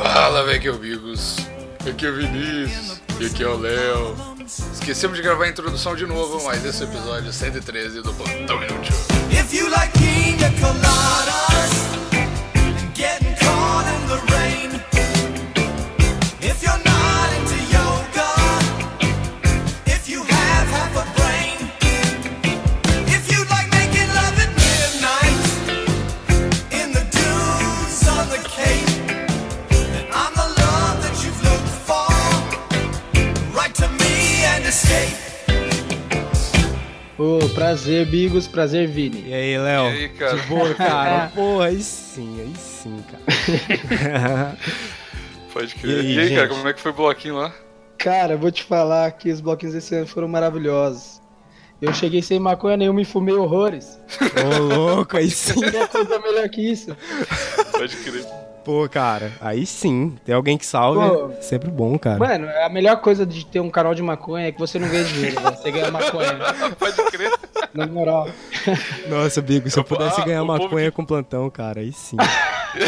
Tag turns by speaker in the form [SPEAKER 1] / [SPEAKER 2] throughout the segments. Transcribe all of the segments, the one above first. [SPEAKER 1] Fala, velho, que é o Bigos. Aqui é o Vinícius. E aqui é o Léo. Esquecemos de gravar a introdução de novo, mas esse é o episódio 113 do Plantão Inútil.
[SPEAKER 2] If you like pina coladas and getting caught in the rain, if you're not into yoga, if you have half a brain, if you like making love at midnight in the dunes on the cape, then I'm the love that you've looked for. Write to me and escape.
[SPEAKER 3] Ô, prazer, Bigos, prazer, Vini.
[SPEAKER 4] E aí,
[SPEAKER 1] E
[SPEAKER 4] Léo?
[SPEAKER 1] aí, cara?
[SPEAKER 4] Boa, cara. Porra, aí sim, aí sim, cara.
[SPEAKER 1] Pode
[SPEAKER 4] E
[SPEAKER 1] crer.
[SPEAKER 4] aí,
[SPEAKER 1] E aí, cara,
[SPEAKER 4] gente?
[SPEAKER 1] como é que foi o bloquinho lá?
[SPEAKER 3] Cara, vou te falar que os bloquinhos desse ano foram maravilhosos. Eu cheguei sem maconha nenhuma e fumei horrores.
[SPEAKER 4] Ô, louco, aí sim.
[SPEAKER 3] Não é coisa melhor que isso.
[SPEAKER 1] Pode crer.
[SPEAKER 4] Pô, cara, aí sim. Tem alguém que salve. é
[SPEAKER 3] Pô.
[SPEAKER 4] Sempre bom, cara.
[SPEAKER 3] Mano, é a melhor coisa de ter um canal de maconha é que você não ganha dinheiro, velho. você ganha maconha. né?
[SPEAKER 1] Pode crer.
[SPEAKER 3] Na moral.
[SPEAKER 4] Nossa, Bigo, se eu pudesse
[SPEAKER 1] Ah,
[SPEAKER 4] ganhar
[SPEAKER 1] o povo
[SPEAKER 4] maconha com plantão, cara, aí sim.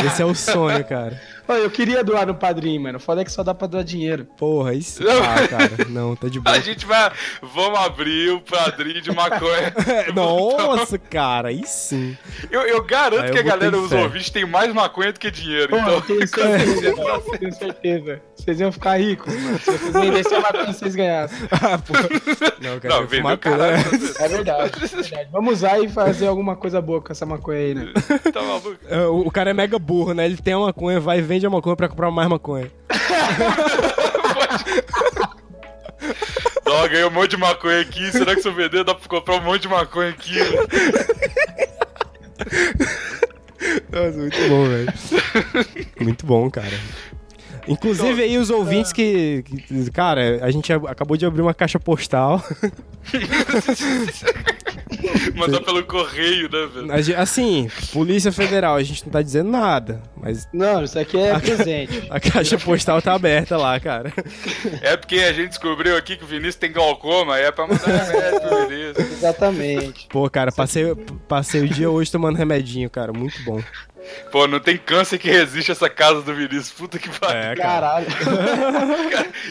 [SPEAKER 4] Esse é o sonho, cara.
[SPEAKER 3] Ó, eu queria doar no padrinho, mano. Foda é que só dá pra doar dinheiro.
[SPEAKER 4] Porra, aí sim.
[SPEAKER 1] Não.
[SPEAKER 4] Ah, cara, não, tá de boa.
[SPEAKER 1] A gente vai. Vamos abrir o padrinho de maconha.
[SPEAKER 4] É, Nossa, cara, aí sim.
[SPEAKER 1] Eu, eu garanto
[SPEAKER 4] Aí eu
[SPEAKER 1] que a galera,
[SPEAKER 4] botei
[SPEAKER 1] os
[SPEAKER 4] fé.
[SPEAKER 1] ouvintes, tem mais maconha do que dinheiro.
[SPEAKER 3] Pô, eu
[SPEAKER 1] Então,
[SPEAKER 3] tenho certeza, mano. Eu Tenho certeza. Vocês iam ficar ricos, mano. Se vocês vendessem a maconha, vocês ganhassem.
[SPEAKER 4] Ah, pô. Não, cara,
[SPEAKER 1] Não,
[SPEAKER 4] eu ia
[SPEAKER 1] vendeu
[SPEAKER 4] fumar tudo,
[SPEAKER 1] caralho.
[SPEAKER 4] né?
[SPEAKER 3] É verdade, é verdade. Vamos usar e fazer alguma coisa boa com essa maconha aí, né?
[SPEAKER 1] tá maluco.
[SPEAKER 4] É, O o cara é mega burro, né? Ele tem uma maconha, vai e vende a maconha pra comprar mais maconha.
[SPEAKER 1] Dó, ganhei um monte de maconha aqui. Será que se eu vender dá pra comprar um monte de maconha aqui?
[SPEAKER 4] Nossa, muito bom, velho. Muito bom, cara. Inclusive aí os ouvintes que, que- Cara, a gente ab- acabou de abrir uma caixa postal.
[SPEAKER 1] Mandar pelo correio, né, velho?
[SPEAKER 4] A gen- Assim, Polícia Federal, a gente não tá dizendo nada, mas
[SPEAKER 3] Não, isso aqui é presente.
[SPEAKER 4] a caixa postal tá aberta lá, cara.
[SPEAKER 1] É porque a gente descobriu aqui que o Vinícius tem glaucoma. É pra mandar remédio pro Vinícius.
[SPEAKER 3] Exatamente.
[SPEAKER 4] Pô, cara, passei, passei o dia hoje tomando remedinho, cara. Muito bom.
[SPEAKER 1] Pô, não tem câncer que resiste essa casa do Vinícius. Puta que pariu.
[SPEAKER 4] É, cara.
[SPEAKER 3] Caralho.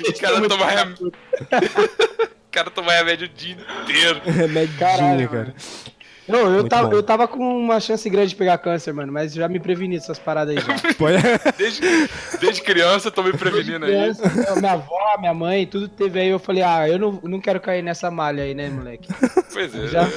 [SPEAKER 1] o cara toma remédio. O cara toma remédio o dia inteiro.
[SPEAKER 4] Remedinho,
[SPEAKER 3] Caralho,
[SPEAKER 4] cara.
[SPEAKER 3] Não, eu
[SPEAKER 4] Muito
[SPEAKER 3] tava,
[SPEAKER 4] bom.
[SPEAKER 3] eu tava com uma chance grande de pegar câncer, mano, mas já me preveni dessas paradas aí já.
[SPEAKER 4] Pô, é-
[SPEAKER 1] Desde, desde criança eu tô me prevenindo aí.
[SPEAKER 3] Criança, eu- minha avó, minha mãe, tudo teve aí. Eu falei, ah, eu não, não quero cair nessa malha aí, né, moleque?
[SPEAKER 1] Pois é.
[SPEAKER 3] Já-
[SPEAKER 1] é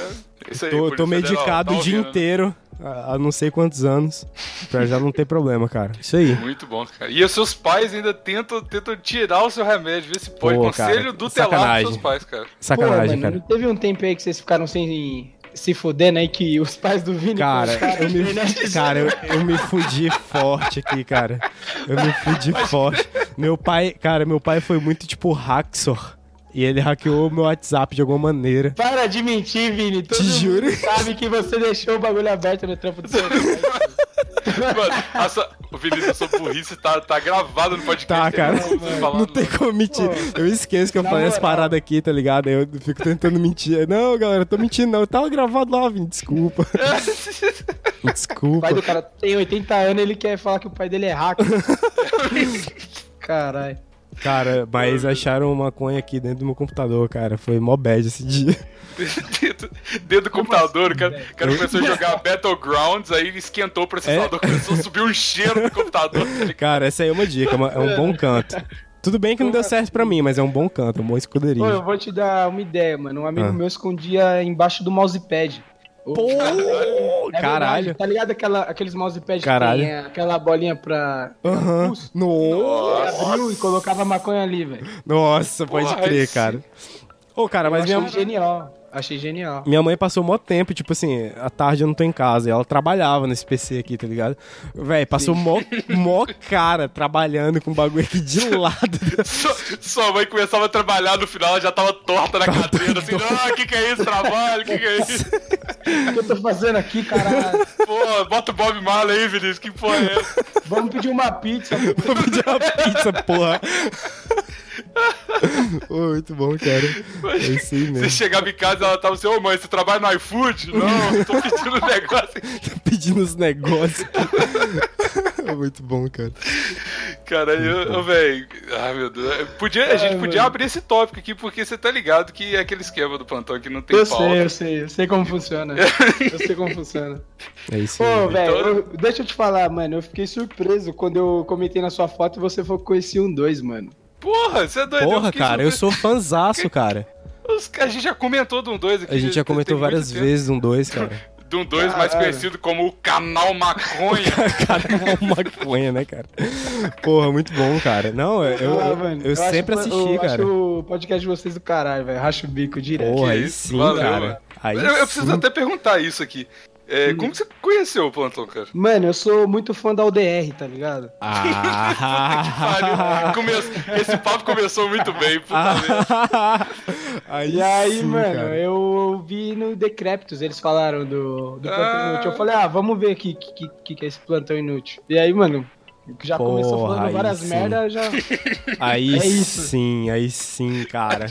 [SPEAKER 1] isso aí,
[SPEAKER 4] tô,
[SPEAKER 1] Polícia
[SPEAKER 4] tô medicado
[SPEAKER 1] Federal, tá
[SPEAKER 4] o dia
[SPEAKER 1] ouvindo, né?
[SPEAKER 4] inteiro, há há não sei quantos anos, pra já não ter problema, cara. Isso aí.
[SPEAKER 1] Muito bom, cara. E os seus pais ainda tentam, tentam tirar o seu remédio, ver se pode.
[SPEAKER 4] Pô,
[SPEAKER 1] Conselho
[SPEAKER 4] cara,
[SPEAKER 1] do telar
[SPEAKER 4] sacanagem.
[SPEAKER 1] dos seus pais, cara.
[SPEAKER 4] Sacanagem, Tá cara.
[SPEAKER 3] não teve um tempo aí que vocês ficaram sem se fudendo aí que os pais do Vini...
[SPEAKER 4] Cara, né? eu me,
[SPEAKER 3] internet.
[SPEAKER 4] cara eu, eu me fudi forte aqui, cara. Eu me fudi forte. Meu pai, cara, meu pai foi muito tipo hacksor. E ele hackeou meu WhatsApp de alguma maneira.
[SPEAKER 3] Para de mentir, Vini. Todo
[SPEAKER 4] Te
[SPEAKER 3] mundo
[SPEAKER 4] juro.
[SPEAKER 3] sabe que você deixou o bagulho aberto no trampo do seu
[SPEAKER 1] Mano, a sua- o Vinícius, a sua burrice tá, tá gravada no podcast.
[SPEAKER 4] Tá,
[SPEAKER 1] tem
[SPEAKER 4] cara.
[SPEAKER 1] como você falar,
[SPEAKER 4] Não tem como mentir. Eu esqueço que eu
[SPEAKER 3] Na
[SPEAKER 4] falei essa
[SPEAKER 3] moral.
[SPEAKER 4] parada aqui, tá ligado? Aí Eu fico tentando mentir. Não, galera, eu tô mentindo, não. Eu tava gravado lá, Vini. Desculpa.
[SPEAKER 3] O pai do
[SPEAKER 4] Desculpa.
[SPEAKER 3] cara tem 80 anos ele quer falar que o pai dele é hacker. Caralho.
[SPEAKER 4] Cara, mas acharam maconha aqui dentro do meu computador, cara. Foi mó bad esse dia.
[SPEAKER 1] Dentro, dentro do computador,
[SPEAKER 3] assim,
[SPEAKER 1] o cara, o cara
[SPEAKER 4] Eu-
[SPEAKER 1] começou a jogar Battlegrounds, aí esquentou o processador,
[SPEAKER 3] É?
[SPEAKER 1] começou a subir um cheiro no computador. tá ligado?
[SPEAKER 4] Cara, essa aí é uma dica, é uma- é um bom canto. Tudo bem que não deu certo pra mim, mas é um bom canto, é um bom
[SPEAKER 3] Pô, eu
[SPEAKER 4] escudeirinho.
[SPEAKER 3] vou te dar uma ideia, mano. Um amigo
[SPEAKER 4] Ah.
[SPEAKER 3] meu escondia embaixo do mousepad.
[SPEAKER 4] Pô,
[SPEAKER 3] É
[SPEAKER 4] caralho.
[SPEAKER 3] verdade, tá ligado aquela, aqueles mousepads que
[SPEAKER 4] Caralho.
[SPEAKER 3] tem ah, aquela bolinha pra.
[SPEAKER 4] Aham. No-
[SPEAKER 3] Ele abriu e colocava maconha ali, velho.
[SPEAKER 4] Nossa, pode
[SPEAKER 1] Porra,
[SPEAKER 4] crer,
[SPEAKER 1] esse-
[SPEAKER 4] cara. Ô, cara, mas
[SPEAKER 3] Achei
[SPEAKER 4] minha,
[SPEAKER 3] genial. Achei genial.
[SPEAKER 4] minha mãe passou mó tempo, tipo assim, à tarde eu não tô em casa. E ela trabalhava nesse PC aqui, tá ligado? Véi, passou mó, mó cara trabalhando com o bagulho aqui de lado.
[SPEAKER 1] Sua, sua mãe começava a trabalhar no final, ela já tava torta na cadeira, assim, não, o que, que é isso, trabalho, o que, que é isso?
[SPEAKER 3] O que eu tô fazendo aqui, caralho?
[SPEAKER 1] Pô, bota o Bob Marley aí, Vinícius, que porra é essa?
[SPEAKER 3] Vamos pedir uma pizza. pô.
[SPEAKER 4] Vou pedir uma pizza, porra. Ô, muito bom, cara. É isso aí
[SPEAKER 1] Você
[SPEAKER 4] mesmo.
[SPEAKER 1] chegava em casa ela tava assim, ô mãe, você trabalha no iFood? Não, tô pedindo um negócio.
[SPEAKER 4] Tá pedindo os negócios. É muito bom, cara.
[SPEAKER 1] Cara, eu, eu velho. Ai, meu Deus. Eu Podia, a gente podia
[SPEAKER 3] mano.
[SPEAKER 1] abrir esse tópico aqui, porque você tá ligado que é aquele esquema do plantão que não tem
[SPEAKER 3] Eu
[SPEAKER 1] pauta.
[SPEAKER 3] sei, eu sei, eu sei como funciona. Eu sei como funciona.
[SPEAKER 4] É isso
[SPEAKER 3] Pô,
[SPEAKER 4] aí.
[SPEAKER 3] velho, eu- deixa eu te falar, mano. Eu fiquei surpreso quando eu comentei na sua foto e você falou que conhecia um dois, mano.
[SPEAKER 1] Porra, você é doido.
[SPEAKER 4] Porra,
[SPEAKER 1] fiquei
[SPEAKER 4] cara, eu
[SPEAKER 1] surpreso.
[SPEAKER 4] sou fanzaço, cara.
[SPEAKER 1] Os- A gente já comentou de um 2 aqui.
[SPEAKER 4] A gente já
[SPEAKER 1] tem
[SPEAKER 4] comentou
[SPEAKER 1] muito
[SPEAKER 4] várias
[SPEAKER 1] tempo.
[SPEAKER 4] vezes um dois, cara.
[SPEAKER 1] De um 2 mais
[SPEAKER 3] Caralho.
[SPEAKER 1] conhecido como o Canal Maconha.
[SPEAKER 4] cara é uma maconha, né, cara? Porra, muito bom, cara. Não, eu, eu,
[SPEAKER 3] Ah, mano,
[SPEAKER 4] eu sempre
[SPEAKER 3] acho-
[SPEAKER 4] assisti,
[SPEAKER 3] eu
[SPEAKER 4] cara.
[SPEAKER 3] Acho o podcast de vocês do caralho, velho. Racha o bico direto.
[SPEAKER 4] Porra,
[SPEAKER 1] Que
[SPEAKER 4] aí
[SPEAKER 1] isso,
[SPEAKER 4] sim,
[SPEAKER 1] valeu, mano.
[SPEAKER 4] cara. Aí
[SPEAKER 1] eu, eu preciso
[SPEAKER 4] sim. Hum.
[SPEAKER 1] até perguntar isso aqui. É, Como que você conheceu o plantão, cara?
[SPEAKER 3] Mano, eu sou muito fã da UDR, tá ligado?
[SPEAKER 4] Ah,
[SPEAKER 1] Pariu. Come- Esse papo começou muito bem, puta
[SPEAKER 4] Ah.
[SPEAKER 1] merda.
[SPEAKER 4] aí
[SPEAKER 3] E aí,
[SPEAKER 4] sim,
[SPEAKER 3] mano,
[SPEAKER 4] cara.
[SPEAKER 3] eu vi no Decreptos, eles falaram do, do
[SPEAKER 1] Ah.
[SPEAKER 3] plantão inútil. Eu falei, ah, vamos ver o que, que, que, que é esse plantão inútil. E aí, mano, já começou
[SPEAKER 4] Porra,
[SPEAKER 3] falando
[SPEAKER 4] aí
[SPEAKER 3] várias
[SPEAKER 4] sim.
[SPEAKER 3] merdas, já.
[SPEAKER 4] Aí
[SPEAKER 3] É isso.
[SPEAKER 4] sim, aí sim, cara.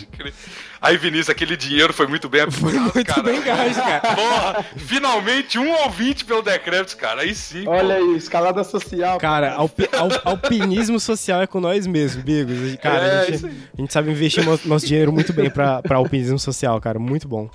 [SPEAKER 1] Aí, Vinícius, aquele dinheiro foi muito bem
[SPEAKER 4] Foi
[SPEAKER 1] aplicado,
[SPEAKER 4] muito
[SPEAKER 1] Tipo, cara.
[SPEAKER 4] bem gasto, cara.
[SPEAKER 1] Porra, finalmente um ouvinte pelo Decrépito, cara. Aí sim,
[SPEAKER 3] Olha aí, escalada social.
[SPEAKER 4] Cara, alpi- al- alpinismo social é com nós mesmo, Bigos. Cara,
[SPEAKER 1] É,
[SPEAKER 4] a,
[SPEAKER 1] isso
[SPEAKER 4] gente,
[SPEAKER 1] aí.
[SPEAKER 4] a gente sabe investir no- nosso dinheiro muito bem pra, pra alpinismo social, cara. Muito bom.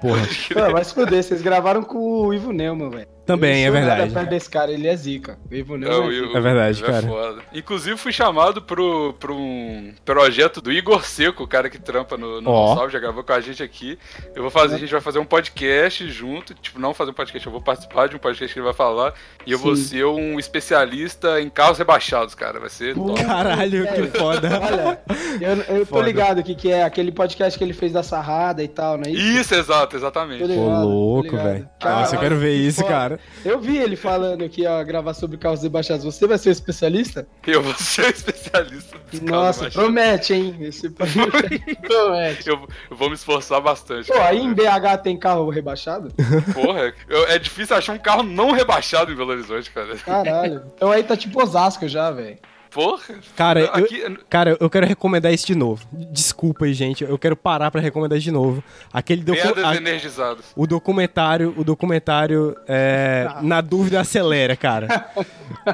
[SPEAKER 4] Porra.
[SPEAKER 3] Pô, vai se fuder, vocês gravaram com o Ivo Neumann, velho.
[SPEAKER 4] Também,
[SPEAKER 3] Eu não
[SPEAKER 4] é
[SPEAKER 3] sou nada
[SPEAKER 4] verdade.
[SPEAKER 3] perto desse cara, ele é zica. O Ivo
[SPEAKER 1] É, o-
[SPEAKER 3] Neumann. é zica.
[SPEAKER 1] o-
[SPEAKER 4] É verdade,
[SPEAKER 1] é
[SPEAKER 4] cara.
[SPEAKER 1] foda. Inclusive, fui chamado pro, pro um projeto do Igor Seco, o cara que trampa no, no
[SPEAKER 4] Ó.
[SPEAKER 1] Salve, já gravou com a gente aqui. Eu vou fazer, a gente vai fazer um podcast junto. Tipo, não fazer um podcast, eu vou participar de um podcast que ele vai falar. E eu vou
[SPEAKER 3] Sim.
[SPEAKER 1] ser um especialista em carros rebaixados, cara. Vai ser
[SPEAKER 3] Puta.
[SPEAKER 1] top.
[SPEAKER 4] Caralho, que
[SPEAKER 3] Sério.
[SPEAKER 4] foda.
[SPEAKER 3] Olha, eu, eu tô
[SPEAKER 4] Foda.
[SPEAKER 3] ligado o que, que é aquele podcast que ele fez da sarrada e tal, não é isso?
[SPEAKER 1] Isso, exato,
[SPEAKER 3] Tô
[SPEAKER 1] exatamente.
[SPEAKER 4] Ô,
[SPEAKER 3] ligado, tô
[SPEAKER 4] louco,
[SPEAKER 3] ligado.
[SPEAKER 4] velho.
[SPEAKER 3] Caralho,
[SPEAKER 4] Nossa, eu quero ver
[SPEAKER 3] que
[SPEAKER 4] isso,
[SPEAKER 3] foda.
[SPEAKER 4] cara.
[SPEAKER 3] Eu vi ele falando que ia gravar sobre carros rebaixados. Você vai ser o especialista?
[SPEAKER 1] Eu vou ser um especialista dos carros
[SPEAKER 3] Nossa,
[SPEAKER 1] rebaixados.
[SPEAKER 3] promete, hein? Esse podcast promete.
[SPEAKER 1] Eu, eu vou me esforçar bastante.
[SPEAKER 3] Pô,
[SPEAKER 1] cara.
[SPEAKER 3] aí em BH tem carro rebaixado?
[SPEAKER 1] Porra, eu- é difícil achar um carro não rebaixado em Belo Horizonte, cara.
[SPEAKER 3] Caralho. Então aí tá tipo Osasco já, velho.
[SPEAKER 1] Porra.
[SPEAKER 4] Cara, eu,
[SPEAKER 1] Aqui-
[SPEAKER 4] cara, eu quero recomendar isso de novo. Desculpa aí, gente. Eu quero parar pra recomendar isso de novo. Aquele docu
[SPEAKER 1] Merdas
[SPEAKER 4] a-
[SPEAKER 1] energizadas.
[SPEAKER 4] o documentário, o documentário é, Na Dúvida Acelera, cara.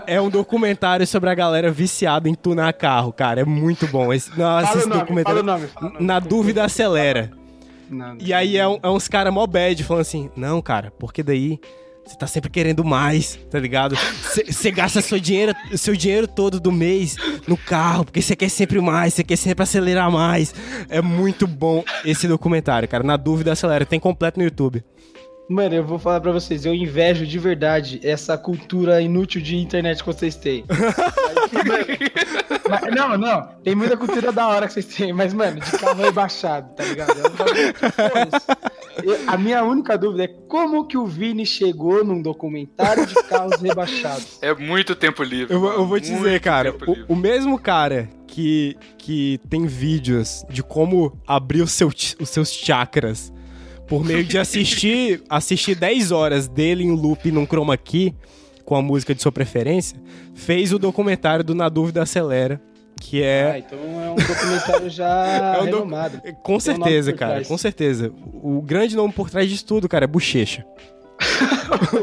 [SPEAKER 4] É um documentário sobre a galera viciada em tunar carro, cara. É muito bom. Esse, nossa,
[SPEAKER 3] Fala o
[SPEAKER 4] esse
[SPEAKER 3] nome,
[SPEAKER 4] documentário.
[SPEAKER 3] fala o nome, fala o nome.
[SPEAKER 4] Na Dúvida Acelera.
[SPEAKER 3] Não,
[SPEAKER 4] E aí é, um- é uns caras mó bad falando assim, não, cara, porque daí você tá sempre querendo mais, tá ligado? Você gasta seu dinheiro, seu dinheiro todo do mês no carro, porque você quer sempre mais, você quer sempre acelerar mais. É muito bom esse documentário, cara. Na dúvida, acelera. Tem completo no YouTube.
[SPEAKER 3] Mano, eu vou falar pra vocês, eu invejo de verdade essa cultura inútil de internet que vocês têm. Mas- não, não, tem muita cultura da hora que vocês têm, mas, mano, de carro rebaixado, tá ligado? É um bagulho que, foda-se. Eu- a minha única dúvida é como que o Vini chegou num documentário de carros rebaixados?
[SPEAKER 1] É muito tempo livre.
[SPEAKER 4] Eu, vou-
[SPEAKER 1] mano.
[SPEAKER 4] eu vou te dizer,
[SPEAKER 1] Muito
[SPEAKER 4] cara,
[SPEAKER 1] tempo livre.
[SPEAKER 4] o, o mesmo cara que, que tem vídeos de como abrir o seu, ch- os seus chakras por meio de assistir assistir 10 horas dele em loop num chroma key com a música de sua preferência, fez o documentário do Na Dúvida Acelera, que
[SPEAKER 3] Ah,
[SPEAKER 4] é...
[SPEAKER 3] então é um documentário já
[SPEAKER 4] um docu-
[SPEAKER 3] renomado.
[SPEAKER 4] Com
[SPEAKER 3] Tem um nome
[SPEAKER 4] certeza,
[SPEAKER 3] por
[SPEAKER 4] cara,
[SPEAKER 3] trás.
[SPEAKER 4] com certeza. O o grande nome por trás disso tudo, cara, é Bochecha.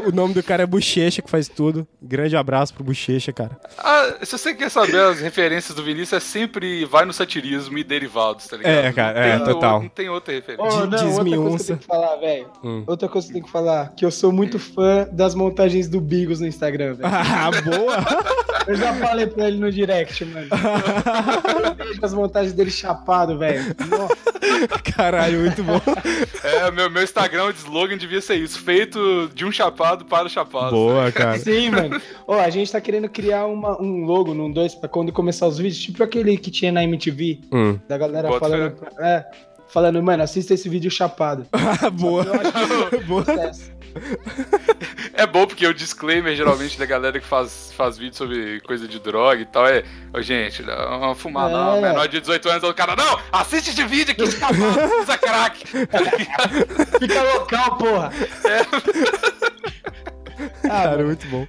[SPEAKER 4] o nome do cara é Bochecha, que faz tudo. Grande abraço pro Bochecha, cara.
[SPEAKER 1] Ah, se você quer saber as referências do Vinícius, é sempre vai no satirismo e derivados, tá ligado?
[SPEAKER 4] É, cara,
[SPEAKER 1] Não
[SPEAKER 4] é,
[SPEAKER 1] tem
[SPEAKER 4] total.
[SPEAKER 1] outro- não tem outra referência.
[SPEAKER 4] De- diz-me
[SPEAKER 3] outra coisa que
[SPEAKER 4] onça.
[SPEAKER 3] eu tenho que falar, velho.
[SPEAKER 4] Hum.
[SPEAKER 3] Outra coisa que eu tenho que falar, que eu sou muito fã das montagens do Bigos no Instagram, velho.
[SPEAKER 4] Ah, boa!
[SPEAKER 3] Eu já falei pra ele no direct, mano. Eu vejo as montagens dele chapado, velho. Nossa,
[SPEAKER 4] Caralho, muito bom.
[SPEAKER 1] É, meu, meu Instagram de slogan devia ser isso: feito de um chapado para o chapado.
[SPEAKER 4] Boa, cara.
[SPEAKER 3] Sim, mano. Ó, a gente tá querendo criar uma- um logo num dois pra quando começar os vídeos, tipo aquele que tinha na MTV,
[SPEAKER 4] Hum.
[SPEAKER 3] da galera
[SPEAKER 1] Bota
[SPEAKER 3] falando. É, falando, mano, assista esse vídeo chapado.
[SPEAKER 4] Ah, boa. Ah, boa.
[SPEAKER 3] é um Sucesso.
[SPEAKER 1] É bom porque o disclaimer geralmente da galera que faz, faz vídeo sobre coisa de droga e tal é: Ô, gente, não fumar não,
[SPEAKER 3] É.
[SPEAKER 1] menor de 18 anos, o cara, não, assiste esse vídeo aqui, chapado, usa crack. Tá ligado?
[SPEAKER 3] Fica local, porra.
[SPEAKER 1] É.
[SPEAKER 3] Ah,
[SPEAKER 4] Cara,
[SPEAKER 3] mano,
[SPEAKER 4] muito bom.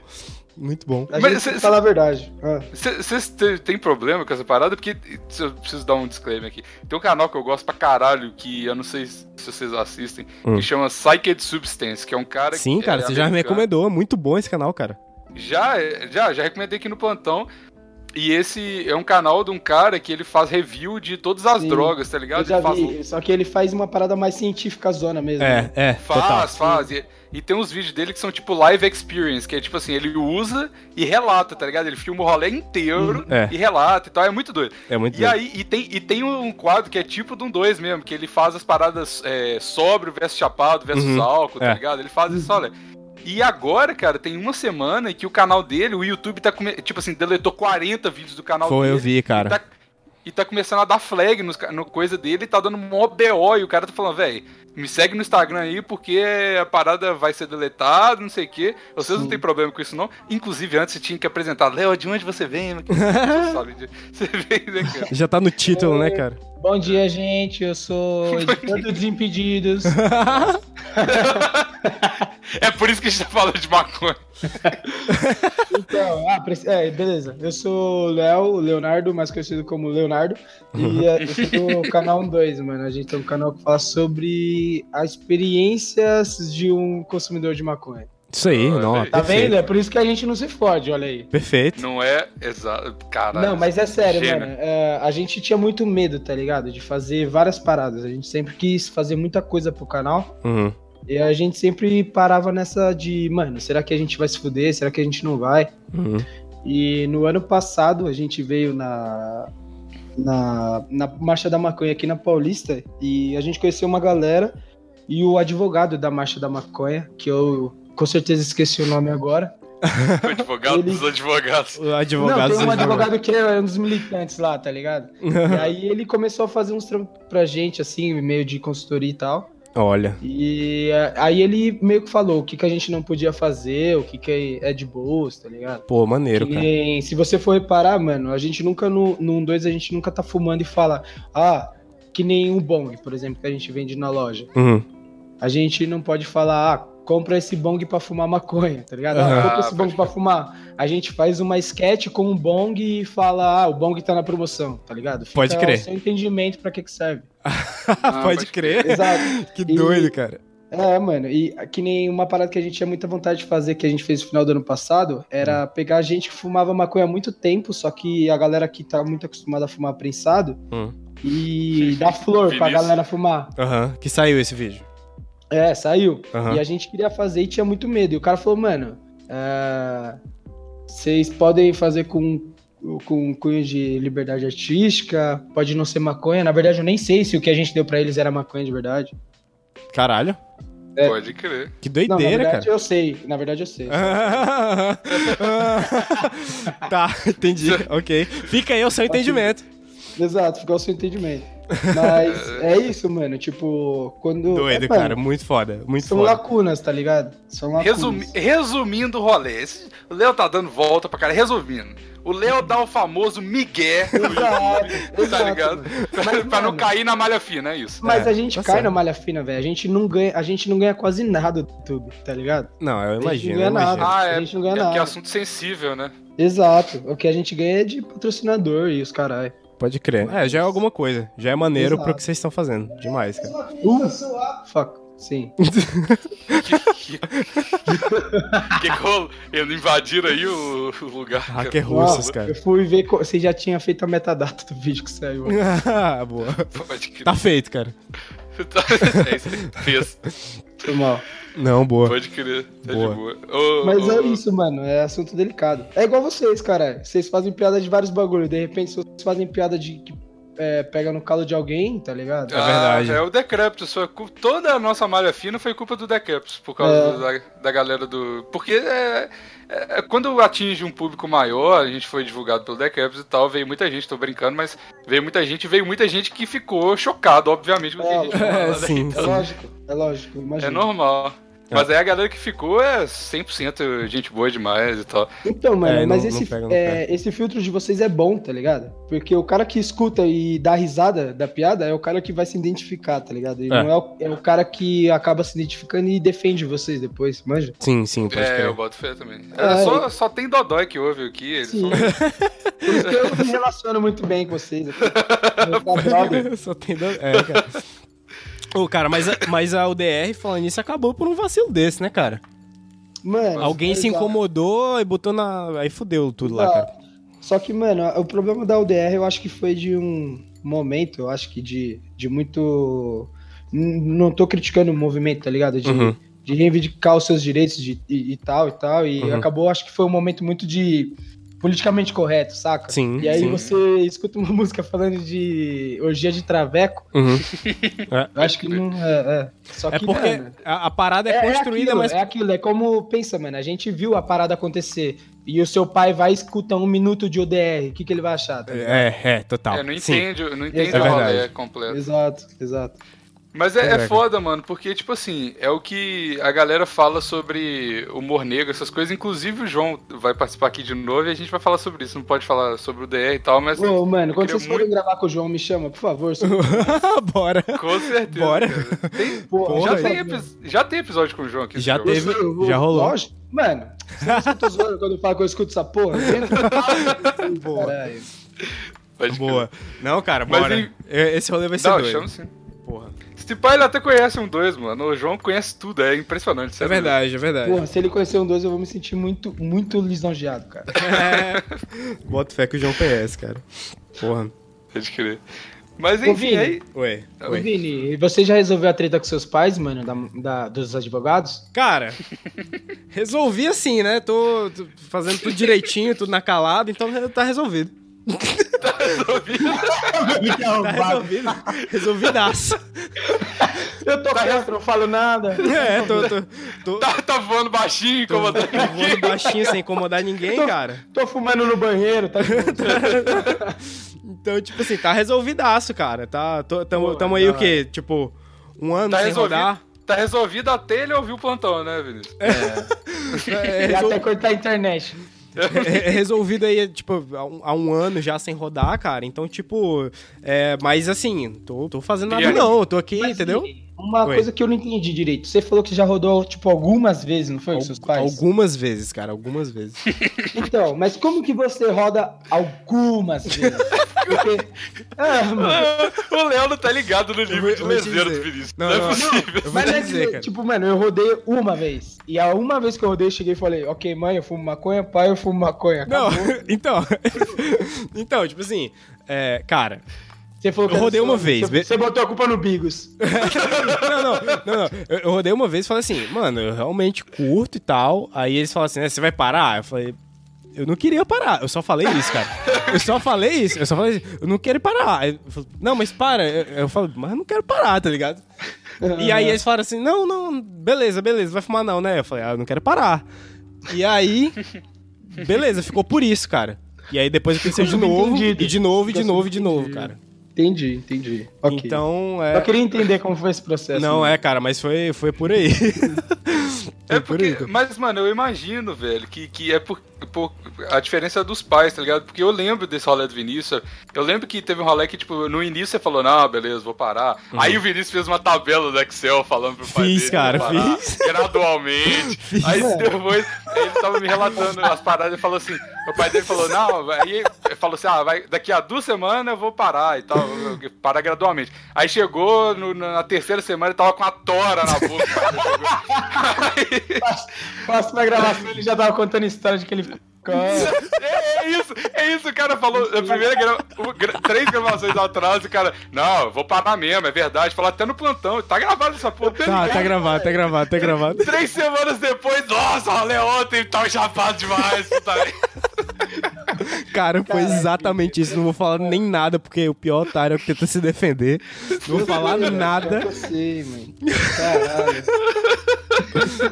[SPEAKER 4] Muito bom.
[SPEAKER 3] a
[SPEAKER 1] Mas
[SPEAKER 3] gente
[SPEAKER 1] cê-
[SPEAKER 3] tem que falar a verdade. Ah.
[SPEAKER 1] Vocês têm problema com essa parada? Porque isso eu preciso dar um disclaimer aqui. Tem um canal que eu gosto pra caralho, que eu não sei se vocês assistem, que chama Psyched Substance, que é um cara que.
[SPEAKER 4] Hum. Sim, cara,
[SPEAKER 1] é
[SPEAKER 4] você já me
[SPEAKER 1] americano.
[SPEAKER 4] recomendou. É muito bom esse canal, cara.
[SPEAKER 1] Já, é- já, já recomendei aqui no plantão. E esse é um canal de um cara que ele faz review de todas as
[SPEAKER 3] Sim.
[SPEAKER 1] drogas, tá
[SPEAKER 3] Eu
[SPEAKER 1] ligado?
[SPEAKER 3] já
[SPEAKER 1] Ele faz
[SPEAKER 3] vi, só que ele faz uma parada mais científica zona mesmo. né?
[SPEAKER 4] É, é, total.
[SPEAKER 1] Faz, faz. E, e tem uns vídeos dele que são tipo live experience, que é tipo assim, ele usa e relata, tá ligado? Ele filma o rolê inteiro
[SPEAKER 4] Hum, é.
[SPEAKER 1] e relata e tal, é muito doido.
[SPEAKER 4] É muito
[SPEAKER 1] E aí, e tem, e tem um quadro que é tipo de um 2 mesmo, que ele faz as paradas é, sóbrio versus chapado versus
[SPEAKER 4] Uhum,
[SPEAKER 1] álcool, tá
[SPEAKER 4] é.
[SPEAKER 1] ligado? Ele faz isso, olha. E agora, cara, tem uma semana que o canal dele, o YouTube tá, come- tipo assim, deletou 40 vídeos do canal
[SPEAKER 4] Foi,
[SPEAKER 1] dele.
[SPEAKER 4] eu vi, cara.
[SPEAKER 1] E tá, e tá começando a dar flag nos ca- no coisa dele, tá dando mó BO e o cara tá falando, velho, me segue no Instagram aí porque a parada vai ser deletada, não sei o quê. Vocês não
[SPEAKER 3] Sim.
[SPEAKER 1] tem problema com isso, não. Inclusive, antes você tinha que apresentar, Léo, de onde você vem? Você sabe de... Você vem, né, cara?
[SPEAKER 4] Já tá no título, né, cara?
[SPEAKER 3] Bom dia, gente. Eu sou editor do Desimpedidos.
[SPEAKER 1] É por isso que a gente tá falando de maconha.
[SPEAKER 3] Então, ah, preci- é, beleza. Eu sou o Léo, o Leonardo, mais conhecido como Leonardo. E é, eu sou do canal 2, mano. A gente tem um canal que fala sobre as experiências de um consumidor de maconha.
[SPEAKER 4] Isso aí,
[SPEAKER 1] Ah,
[SPEAKER 4] não.
[SPEAKER 1] velho.
[SPEAKER 3] Tá
[SPEAKER 4] perfeito.
[SPEAKER 3] vendo? É por isso que a gente não se fode, olha aí.
[SPEAKER 4] Perfeito.
[SPEAKER 1] Não é exato. Caralho.
[SPEAKER 3] Não, mas é sério,
[SPEAKER 1] gênio.
[SPEAKER 3] mano. É, a gente tinha muito medo, tá ligado? De fazer várias paradas. A gente sempre quis fazer muita coisa pro canal.
[SPEAKER 4] Uhum.
[SPEAKER 3] E a gente sempre parava nessa de, mano, será que a gente vai se fuder? Será que a gente não vai?
[SPEAKER 4] Uhum.
[SPEAKER 3] E no ano passado a gente veio na, na, na Marcha da Maconha aqui na Paulista e a gente conheceu uma galera e o advogado da Marcha da Maconha, que eu com certeza esqueci o nome agora.
[SPEAKER 1] O advogado
[SPEAKER 3] Ele-
[SPEAKER 1] dos advogados.
[SPEAKER 4] O
[SPEAKER 3] não,
[SPEAKER 4] advogado.
[SPEAKER 3] tem um
[SPEAKER 4] do advogado.
[SPEAKER 3] advogado que é um dos militantes lá, tá ligado? e aí ele começou a fazer uns trampos pra gente, assim, meio de consultoria e tal.
[SPEAKER 4] Olha.
[SPEAKER 3] E é, aí ele meio que falou o que, que a gente não podia fazer, o que, que é é de boas, tá ligado?
[SPEAKER 4] Pô, maneiro,
[SPEAKER 3] Que
[SPEAKER 4] cara.
[SPEAKER 3] nem- se você for reparar, mano, a gente nunca, no, num 2, a gente nunca tá fumando e fala, ah, que nem o bong, por exemplo, que a gente vende na loja.
[SPEAKER 4] Uhum.
[SPEAKER 3] A gente não pode falar, ah, compra esse bong pra fumar maconha, tá ligado?
[SPEAKER 4] Aham.
[SPEAKER 3] Ah,
[SPEAKER 1] Ah,
[SPEAKER 3] compra esse
[SPEAKER 1] pode
[SPEAKER 3] bong
[SPEAKER 1] crer.
[SPEAKER 3] pra fumar. A gente faz uma sketch com um bong e fala, ah, o bong tá na promoção, tá ligado? Fica
[SPEAKER 4] Pode crer.
[SPEAKER 3] ao seu entendimento pra que que serve.
[SPEAKER 4] Pode
[SPEAKER 1] pode
[SPEAKER 4] crer.
[SPEAKER 3] Exato.
[SPEAKER 4] Que
[SPEAKER 3] E-
[SPEAKER 4] doido, cara.
[SPEAKER 3] É, mano, e que nem uma parada que a gente tinha muita vontade de fazer, que a gente fez no final do ano passado,
[SPEAKER 4] Hum.
[SPEAKER 3] era pegar gente que fumava maconha há muito tempo, só que a galera que tá muito acostumada a fumar prensado,
[SPEAKER 4] Hum.
[SPEAKER 3] e dar flor pra
[SPEAKER 1] Vinícius.
[SPEAKER 3] galera fumar.
[SPEAKER 4] Aham. Que saiu esse vídeo.
[SPEAKER 3] É, saiu.
[SPEAKER 4] Aham.
[SPEAKER 3] E a gente queria fazer e tinha muito medo. E o cara falou, mano, é, vocês podem fazer com, com cunho de liberdade artística, pode não ser maconha. Na verdade, eu nem sei se o que a gente deu pra eles era maconha de verdade.
[SPEAKER 4] Caralho.
[SPEAKER 3] É.
[SPEAKER 1] Pode crer.
[SPEAKER 4] Que
[SPEAKER 3] Não, na
[SPEAKER 4] doideira,
[SPEAKER 3] verdade
[SPEAKER 4] cara.
[SPEAKER 3] eu sei. Na verdade eu sei.
[SPEAKER 4] Ah, ah, tá, entendi. Ok. Fica aí o seu entendimento.
[SPEAKER 3] Exato, ficou ao seu entendimento. Mas é isso, mano. Tipo, quando.
[SPEAKER 4] Doido,
[SPEAKER 3] é, mano,
[SPEAKER 4] cara. Muito foda. Muito
[SPEAKER 3] São
[SPEAKER 4] foda.
[SPEAKER 3] lacunas, tá ligado? São lacunas.
[SPEAKER 1] Resumi- Resumindo o rolê. esse- O Léo tá dando volta pra cara. Resumindo. O Léo dá o famoso migué. no
[SPEAKER 3] Exato,
[SPEAKER 1] YouTube,
[SPEAKER 3] exato,
[SPEAKER 1] tá ligado?
[SPEAKER 3] mano.
[SPEAKER 1] Pra,
[SPEAKER 3] Mas, né?
[SPEAKER 1] pra não
[SPEAKER 3] mano,
[SPEAKER 1] cair na malha fina, é isso.
[SPEAKER 3] Mas
[SPEAKER 4] É,
[SPEAKER 3] a gente
[SPEAKER 4] tá
[SPEAKER 3] cai
[SPEAKER 4] certo.
[SPEAKER 3] na malha fina, velho. A gente não ganha, a gente não ganha quase nada do YouTube, tá ligado?
[SPEAKER 4] Não, eu
[SPEAKER 3] não
[SPEAKER 4] imagino.
[SPEAKER 3] ganha
[SPEAKER 4] Eu
[SPEAKER 3] nada.
[SPEAKER 4] imagino.
[SPEAKER 1] Ah,
[SPEAKER 3] A
[SPEAKER 1] é.
[SPEAKER 3] gente não ganha
[SPEAKER 1] é
[SPEAKER 3] nada.
[SPEAKER 1] porque é assunto sensível, né?
[SPEAKER 3] Exato. O que a gente ganha é de patrocinador e os caralho.
[SPEAKER 4] Pode crer. É, já é alguma coisa. Já é maneiro
[SPEAKER 3] Exato.
[SPEAKER 4] pro que vocês estão fazendo. Demais, cara.
[SPEAKER 3] Uh, fuck. Sim.
[SPEAKER 1] Que rolo. Eles invadiram aí o, o lugar.
[SPEAKER 4] Hacker russos,
[SPEAKER 3] Nossa,
[SPEAKER 4] cara.
[SPEAKER 3] Eu fui ver co- se já tinha feito a metadata do vídeo que saiu.
[SPEAKER 4] Ah, Boa.
[SPEAKER 1] Pode crer.
[SPEAKER 4] Tá feito, cara.
[SPEAKER 1] Tá. É isso aí. Fez.
[SPEAKER 3] Foi mal.
[SPEAKER 4] Não, boa.
[SPEAKER 1] Pode crer. Tá
[SPEAKER 4] Boa.
[SPEAKER 1] de boa. Ô,
[SPEAKER 3] Mas
[SPEAKER 1] ô,
[SPEAKER 3] é isso, mano. É assunto delicado. É igual vocês, cara. Vocês fazem piada de vários bagulhos. De repente, vocês fazem piada de que é, pega no calo de alguém, tá ligado?
[SPEAKER 4] É verdade.
[SPEAKER 1] Ah, é o Decreptus. foi cu- Toda a nossa malha fina foi culpa do Decreptus, por causa da, da galera do. Porque é, é- é- quando atinge um público maior, a gente foi divulgado pelo Decreptus e tal, veio muita gente, tô brincando, mas veio muita gente, veio muita gente que ficou chocado, obviamente, com o que a gente
[SPEAKER 3] É,
[SPEAKER 1] falou.
[SPEAKER 4] É, sim, É.
[SPEAKER 3] É
[SPEAKER 4] sim.
[SPEAKER 3] lógico, é lógico,
[SPEAKER 1] É
[SPEAKER 3] imagina.
[SPEAKER 1] normal. Mas aí a galera que ficou é 100% gente boa demais e tal.
[SPEAKER 3] Então, mano,
[SPEAKER 4] É,
[SPEAKER 3] mas
[SPEAKER 4] não-
[SPEAKER 3] esse,
[SPEAKER 4] não pega no
[SPEAKER 3] é, esse filtro de vocês é bom, tá ligado? Porque o cara que escuta e dá risada da piada é o cara que vai se identificar, tá ligado? E
[SPEAKER 4] É.
[SPEAKER 3] não é o, é o cara que acaba se identificando e defende vocês depois, manja?
[SPEAKER 4] Sim, sim, pode
[SPEAKER 1] é, eu
[SPEAKER 4] crer.
[SPEAKER 1] boto fé também.
[SPEAKER 3] Ah,
[SPEAKER 1] É, só, só tem Dodói que ouve aqui. Eles
[SPEAKER 3] Sim.
[SPEAKER 1] são...
[SPEAKER 3] Por isso que eu me relaciono muito bem com vocês. aqui. Eu sou brother.
[SPEAKER 4] Só tem dois. É, cara. Ô, cara, mas a, mas a UDR, falando nisso, acabou por um vacilo desse, né, cara?
[SPEAKER 3] Mano,
[SPEAKER 4] Alguém se
[SPEAKER 3] É, exato.
[SPEAKER 4] incomodou e botou na. Aí fudeu tudo lá, cara.
[SPEAKER 3] Só que, mano, o problema da UDR eu acho que foi de um momento, eu acho que de, de muito. N- Não tô criticando o movimento, tá ligado? De,
[SPEAKER 4] Uhum.
[SPEAKER 3] de reivindicar os seus direitos de, e, e tal e tal. E
[SPEAKER 4] Uhum.
[SPEAKER 3] acabou, acho que foi um momento muito de politicamente correto, saca?
[SPEAKER 4] Sim,
[SPEAKER 3] E aí
[SPEAKER 4] sim.
[SPEAKER 3] você escuta uma música falando de orgia de traveco,
[SPEAKER 4] Uhum.
[SPEAKER 3] eu acho que não. É, é. Só
[SPEAKER 4] É
[SPEAKER 3] que,
[SPEAKER 4] porque
[SPEAKER 3] mano,
[SPEAKER 4] a, a parada é, construída,
[SPEAKER 3] aquilo,
[SPEAKER 4] mas.
[SPEAKER 3] É aquilo, é como pensa, mano. A gente viu a parada acontecer. E o seu pai vai escutar um minuto de ODR. O que, que ele vai achar? tá ligado?
[SPEAKER 4] É, é, total.
[SPEAKER 1] É, não
[SPEAKER 4] Sim.
[SPEAKER 1] entende, não entende
[SPEAKER 3] É
[SPEAKER 1] o rolê
[SPEAKER 4] verdade.
[SPEAKER 1] completo.
[SPEAKER 3] Exato, exato.
[SPEAKER 1] Mas é, é
[SPEAKER 4] Caraca.
[SPEAKER 1] foda, mano, porque, tipo assim, é o que a galera fala sobre humor negro, essas coisas. Inclusive o João vai participar aqui de novo e a gente vai falar sobre isso. Não pode falar sobre o DR e tal, mas.
[SPEAKER 3] Ô, mano, quando
[SPEAKER 1] queria
[SPEAKER 3] vocês forem gravar com o João, me chama, por favor. sou-
[SPEAKER 4] Bora.
[SPEAKER 1] Com certeza.
[SPEAKER 4] Bora.
[SPEAKER 1] cara. Tem-
[SPEAKER 3] Porra,
[SPEAKER 1] já,
[SPEAKER 4] Bora.
[SPEAKER 1] tem epi- já tem episódio com o João aqui.
[SPEAKER 4] Já
[SPEAKER 1] João.
[SPEAKER 4] teve.
[SPEAKER 3] Eu vou-
[SPEAKER 4] Já rolou.
[SPEAKER 3] Lógico. Mano, você não escuta os outros quando eu falo que eu escuto essa porra? Caralho.
[SPEAKER 4] Boa.
[SPEAKER 1] Pode crer.
[SPEAKER 4] Boa. Não, cara,
[SPEAKER 1] Mas
[SPEAKER 4] bora.
[SPEAKER 1] e-
[SPEAKER 4] É, Esse rolê vai ser
[SPEAKER 1] Não,
[SPEAKER 4] doido.
[SPEAKER 1] chama sim.
[SPEAKER 4] Porra.
[SPEAKER 1] Se pá, ele até conhece um dois, mano. O João conhece tudo, é impressionante.
[SPEAKER 4] É
[SPEAKER 1] sério.
[SPEAKER 4] verdade, é verdade.
[SPEAKER 3] Porra, se ele conhecer um dois, eu vou me sentir muito, muito lisonjeado, cara.
[SPEAKER 4] Tá É. Bota fé que o João conhece, cara. Porra.
[SPEAKER 1] Pode crer. Mas
[SPEAKER 3] Ô,
[SPEAKER 1] enfim,
[SPEAKER 3] Vini.
[SPEAKER 1] aí.
[SPEAKER 4] Ué,
[SPEAKER 3] Ô,
[SPEAKER 4] ué.
[SPEAKER 3] Vini, você já resolveu a treta com seus pais, mano, da, da- dos advogados?
[SPEAKER 4] Cara, resolvi assim, né? Tô, tô fazendo tudo direitinho, tudo na calada, então tá resolvido. Tá resolvido. Resolvidaço.
[SPEAKER 3] Eu tô quieto, não falo nada.
[SPEAKER 4] É, tô, tô, tô,
[SPEAKER 1] Tá, tá voando baixinho, incomodando.
[SPEAKER 4] tô Tá voando baixinho sem incomodar ninguém, cara.
[SPEAKER 3] Tô fumando no banheiro, tá
[SPEAKER 4] Então, tipo assim, tá resolvidaço, cara. Tá, tô- tamo,
[SPEAKER 3] Pô,
[SPEAKER 4] tamo aí
[SPEAKER 3] da
[SPEAKER 4] o quê? Tipo, um ano
[SPEAKER 1] Tá
[SPEAKER 4] sem
[SPEAKER 1] resolvido.
[SPEAKER 4] rodar.
[SPEAKER 1] Tá resolvido até ele ouvir o plantão, né, Vinícius?
[SPEAKER 4] É, é,
[SPEAKER 3] E
[SPEAKER 4] resol-
[SPEAKER 3] até cortar a internet.
[SPEAKER 4] é, é resolvido aí, tipo, há um, há um ano já sem rodar, cara. Então, tipo, é, mas assim, tô, tô fazendo
[SPEAKER 1] E
[SPEAKER 4] nada
[SPEAKER 1] aí?
[SPEAKER 4] não, eu tô aqui,
[SPEAKER 3] Mas,
[SPEAKER 4] entendeu?
[SPEAKER 3] Vini, Uma
[SPEAKER 4] Oi.
[SPEAKER 3] coisa que eu não entendi direito. Você falou que já rodou, tipo, algumas vezes, não foi, com
[SPEAKER 4] Al-
[SPEAKER 3] seus pais?
[SPEAKER 4] Algumas vezes, cara, algumas vezes.
[SPEAKER 3] Então, mas como que você roda algumas vezes? Porque... Ah, mano.
[SPEAKER 1] O Léo não tá ligado no
[SPEAKER 4] vou-
[SPEAKER 1] nível de
[SPEAKER 4] eu vou te
[SPEAKER 1] lezeiro do
[SPEAKER 4] dizer.
[SPEAKER 1] Vinícius.
[SPEAKER 4] Não,
[SPEAKER 1] Não, é
[SPEAKER 4] não,
[SPEAKER 1] possível.
[SPEAKER 4] Eu vou
[SPEAKER 3] Mas
[SPEAKER 4] te
[SPEAKER 3] é
[SPEAKER 4] dizer,
[SPEAKER 3] que,
[SPEAKER 4] cara.
[SPEAKER 3] tipo, mano, eu rodei uma vez. E a uma vez que eu rodei, eu cheguei e falei, ok, mãe, eu fumo maconha, pai, eu fumo maconha.
[SPEAKER 4] Não,
[SPEAKER 3] Acabou.
[SPEAKER 4] então. então, tipo assim, é, cara.
[SPEAKER 3] Você falou
[SPEAKER 4] eu rodei uma vez.
[SPEAKER 3] Você, você botou a culpa no Bigos.
[SPEAKER 4] Não, não, não, não. Eu, eu rodei uma vez e falei assim, mano, eu realmente curto e tal. Aí eles falaram assim, né, você vai parar? Eu falei. Eu não queria parar, eu só falei isso, cara. Eu só falei isso, eu só falei isso. Eu não quero parar. Aí eu falo, não, mas para. Eu, eu falo, mas eu não quero parar, tá ligado? E aí eles falaram assim, não, não, beleza, beleza, vai fumar não, né? Eu falei, ah, eu não quero parar. E aí, beleza, ficou por isso, cara. E aí depois eu pensei de
[SPEAKER 3] Ficou
[SPEAKER 4] novo,
[SPEAKER 3] subentendido.
[SPEAKER 4] e de novo, e de
[SPEAKER 3] Ficou
[SPEAKER 4] novo, e assim de novo,
[SPEAKER 3] subentendido.
[SPEAKER 4] cara.
[SPEAKER 3] Entendi, entendi. Ok.
[SPEAKER 4] Então,
[SPEAKER 3] Eu
[SPEAKER 4] é...
[SPEAKER 3] queria entender como foi esse processo. né?
[SPEAKER 4] Não,
[SPEAKER 3] mano.
[SPEAKER 4] é, cara, mas foi, foi por aí.
[SPEAKER 1] É
[SPEAKER 4] foi É por aí.
[SPEAKER 1] porque, mas, mano, eu imagino, velho, que, que é por, por- a diferença dos pais, tá ligado? Porque eu lembro desse rolê do Vinícius. Eu lembro que teve um rolê que, tipo, no início você falou, não, beleza, vou parar. Aí o Vinícius fez uma tabela do Excel falando pro pai
[SPEAKER 4] Uhum. Fiz,
[SPEAKER 1] dele.
[SPEAKER 4] cara,
[SPEAKER 1] vou parar,
[SPEAKER 4] fiz.
[SPEAKER 1] Gradualmente. Aí depois ele tava me relatando as paradas e falou assim: o pai dele falou, não, aí falou assim, ah, vai, daqui a duas semanas eu vou parar e tal, eu- eu- parar gradualmente. Aí chegou no- na terceira semana ele tava com a tora na boca.
[SPEAKER 3] Próxima gravação ele já tava contando história de que ele ficou.
[SPEAKER 1] É, é isso, é isso, o cara falou. A primeira gra... o gra- três gravações atrás, o cara, não, eu vou parar mesmo, é verdade. Falar até no plantão, tá gravado essa porra.
[SPEAKER 4] Tá, tá gravado, tá gravado, tá gravado.
[SPEAKER 1] Três semanas depois, nossa, rolê ontem, tá chapado demais, tá puta merda.
[SPEAKER 4] Cara, foi exatamente isso. Não vou falar nem nada, porque o pior otário é o que tenta se defender. Não vou falar nada.
[SPEAKER 3] Eu sei, mano. Caralho.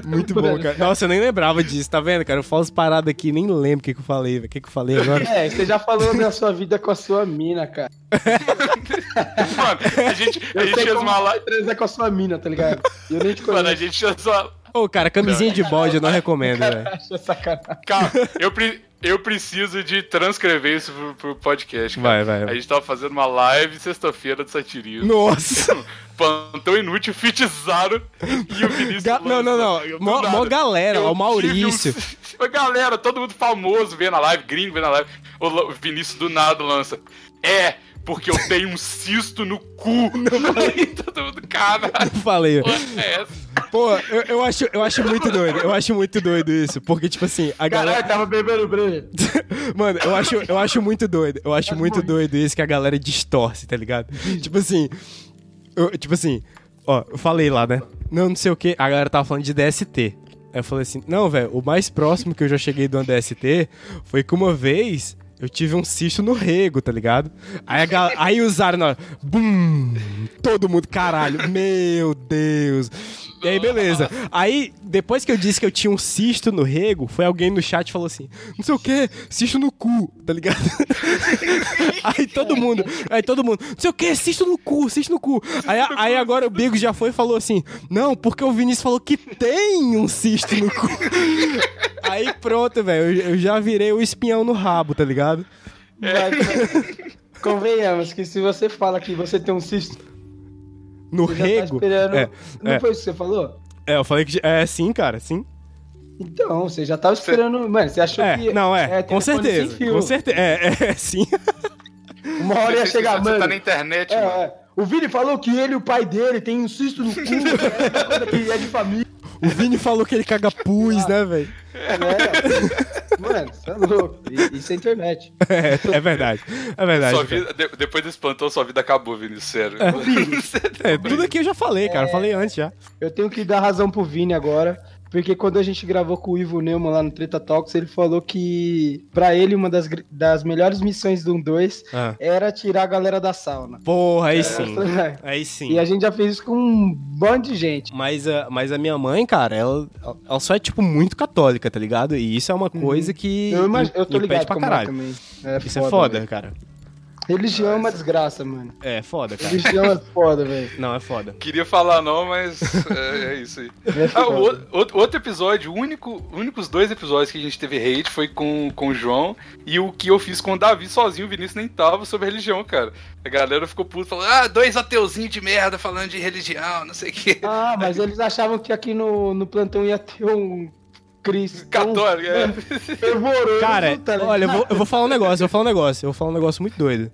[SPEAKER 4] Muito bom, cara. Nossa, eu nem lembrava disso, tá vendo, cara? Eu falo as paradas aqui, nem lembro o que, que eu falei, velho. o que, que eu falei agora.
[SPEAKER 3] É, você já falou da sua vida com a sua mina, cara.
[SPEAKER 1] Mano, a gente, a gente fez uma live.
[SPEAKER 3] transar com a sua mina, tá ligado? E Eu nem te
[SPEAKER 1] Mano, a
[SPEAKER 3] conheço.
[SPEAKER 1] gente fez uma.
[SPEAKER 4] Ô, cara, camisinha de bode eu não recomendo, velho.
[SPEAKER 3] Acho sacanagem.
[SPEAKER 1] Cara, eu, pre- eu preciso de transcrever isso pro, pro podcast.
[SPEAKER 4] Vai,
[SPEAKER 1] Cara.
[SPEAKER 4] vai, vai.
[SPEAKER 1] A gente tava fazendo uma live sexta-feira de satirismo.
[SPEAKER 4] Nossa!
[SPEAKER 1] Plantão inútil, fitizaram e o Vinícius.
[SPEAKER 4] Ga- não, não, não.
[SPEAKER 1] lança.
[SPEAKER 4] Mó-
[SPEAKER 1] Do nada.
[SPEAKER 4] mó galera,
[SPEAKER 1] Eu um
[SPEAKER 4] ó, o Maurício.
[SPEAKER 1] tive um- Galera, todo mundo famoso vendo a live, gringo vendo a live. O Lo- o Vinícius do nada lança. É, porque eu tenho um cisto no cu. Aí todo mundo, caralho,
[SPEAKER 4] Eu falei.
[SPEAKER 1] porra é essa?
[SPEAKER 4] Pô, eu, eu acho, eu acho muito doido. Eu acho muito doido isso. Porque, tipo assim, a galera.
[SPEAKER 3] Caralho, tava bebendo breja.
[SPEAKER 4] Mano, eu acho, eu acho muito doido. Eu acho muito
[SPEAKER 3] bonito.
[SPEAKER 4] doido isso que a galera distorce, tá ligado? tipo assim. eu- tipo assim, ó, eu falei lá, né? Não, não sei o que. A galera tava falando de DST. Aí eu falei assim, não, velho, o mais próximo que eu já cheguei de uma DST foi que uma vez eu tive um cisto no rego, tá ligado? Aí, a gal- aí usaram na hora, bum, todo mundo, caralho, meu Deus. E aí, beleza. Aí, depois que eu disse que eu tinha um cisto no rego, foi alguém no chat e falou assim, não sei o que, cisto no cu, tá ligado? aí todo mundo, aí todo mundo, não sei o que, cisto no cu, cisto no cu. Aí, aí agora o Bigo já foi e falou assim, não, porque o Vinícius falou que tem um cisto no cu. aí pronto, velho, eu, eu já virei o espinhão no rabo, tá ligado?
[SPEAKER 1] É.
[SPEAKER 3] Mas, Convenhamos que se você fala que você tem um cisto,
[SPEAKER 4] No
[SPEAKER 3] você já tá
[SPEAKER 4] rego.
[SPEAKER 3] esperando.
[SPEAKER 4] é,
[SPEAKER 3] não
[SPEAKER 4] é.
[SPEAKER 3] foi isso que você falou?
[SPEAKER 4] É, eu falei que. É, sim, cara, sim.
[SPEAKER 3] Então, você já tava esperando. Mano, você achou
[SPEAKER 4] É,
[SPEAKER 3] que.
[SPEAKER 4] não, é. com
[SPEAKER 3] telefone sem
[SPEAKER 4] certeza.
[SPEAKER 3] fio.
[SPEAKER 4] Com certeza. É, é, é, sim.
[SPEAKER 3] Uma hora ia chegar,
[SPEAKER 1] Você
[SPEAKER 3] mano.
[SPEAKER 1] tá na internet,
[SPEAKER 3] É,
[SPEAKER 1] mano.
[SPEAKER 3] é. O Vini falou que ele e o pai dele tem um cisto no cu, é uma coisa que é de família.
[SPEAKER 4] O Vini falou que ele caga pus, né, velho?
[SPEAKER 3] né? Mano, você é louco. I- Isso é internet.
[SPEAKER 4] É, é verdade. É verdade.
[SPEAKER 1] Sua
[SPEAKER 4] cara.
[SPEAKER 1] vida, de- depois do espantão, sua vida acabou, Vinícius, sério.
[SPEAKER 4] É, tudo aqui eu já falei, cara. eu Falei antes já.
[SPEAKER 3] Eu tenho que dar razão pro Vini agora, porque quando a gente gravou com o Ivo Neumann lá no Treta Talks, ele falou que pra ele uma das, gr- das melhores missões do 1 2
[SPEAKER 1] É.
[SPEAKER 4] Ah.
[SPEAKER 3] era tirar a galera da sauna.
[SPEAKER 4] Porra, aí sim.
[SPEAKER 3] É.
[SPEAKER 4] Aí
[SPEAKER 3] E
[SPEAKER 4] sim.
[SPEAKER 3] a gente já fez isso com um bando de gente.
[SPEAKER 4] Mas a, mas a minha mãe, cara, ela, ela só é, tipo, muito católica, tá ligado? E isso é uma coisa que
[SPEAKER 3] Uhum. Eu, imag... eu tô
[SPEAKER 4] impede
[SPEAKER 3] ligado
[SPEAKER 4] pra
[SPEAKER 3] como é né?
[SPEAKER 4] caralho.
[SPEAKER 3] também.
[SPEAKER 4] Isso é foda,
[SPEAKER 3] velho.
[SPEAKER 4] cara.
[SPEAKER 3] Religião é uma desgraça, mano.
[SPEAKER 4] É foda, cara.
[SPEAKER 3] Religião é foda, velho.
[SPEAKER 4] Não, é foda.
[SPEAKER 1] Queria falar não, mas é, é isso aí.
[SPEAKER 3] É
[SPEAKER 1] Ah, o
[SPEAKER 3] foda.
[SPEAKER 1] outro- outro, outro episódio, o único, únicos dois episódios que a gente teve hate foi com, com o João e o que eu fiz com o Davi sozinho, o Vinícius nem tava, sobre religião, cara. A galera ficou puto, falando, ah, dois ateuzinhos de merda falando de religião, não sei o quê.
[SPEAKER 3] Ah, mas eles achavam que aqui no, no plantão ia ter um cristão
[SPEAKER 1] Católico, é.
[SPEAKER 3] fervoroso,
[SPEAKER 4] Cara,
[SPEAKER 3] tá ligado?
[SPEAKER 4] olha, eu vou, eu vou falar um negócio, eu vou falar um negócio, eu vou falar um negócio muito doido.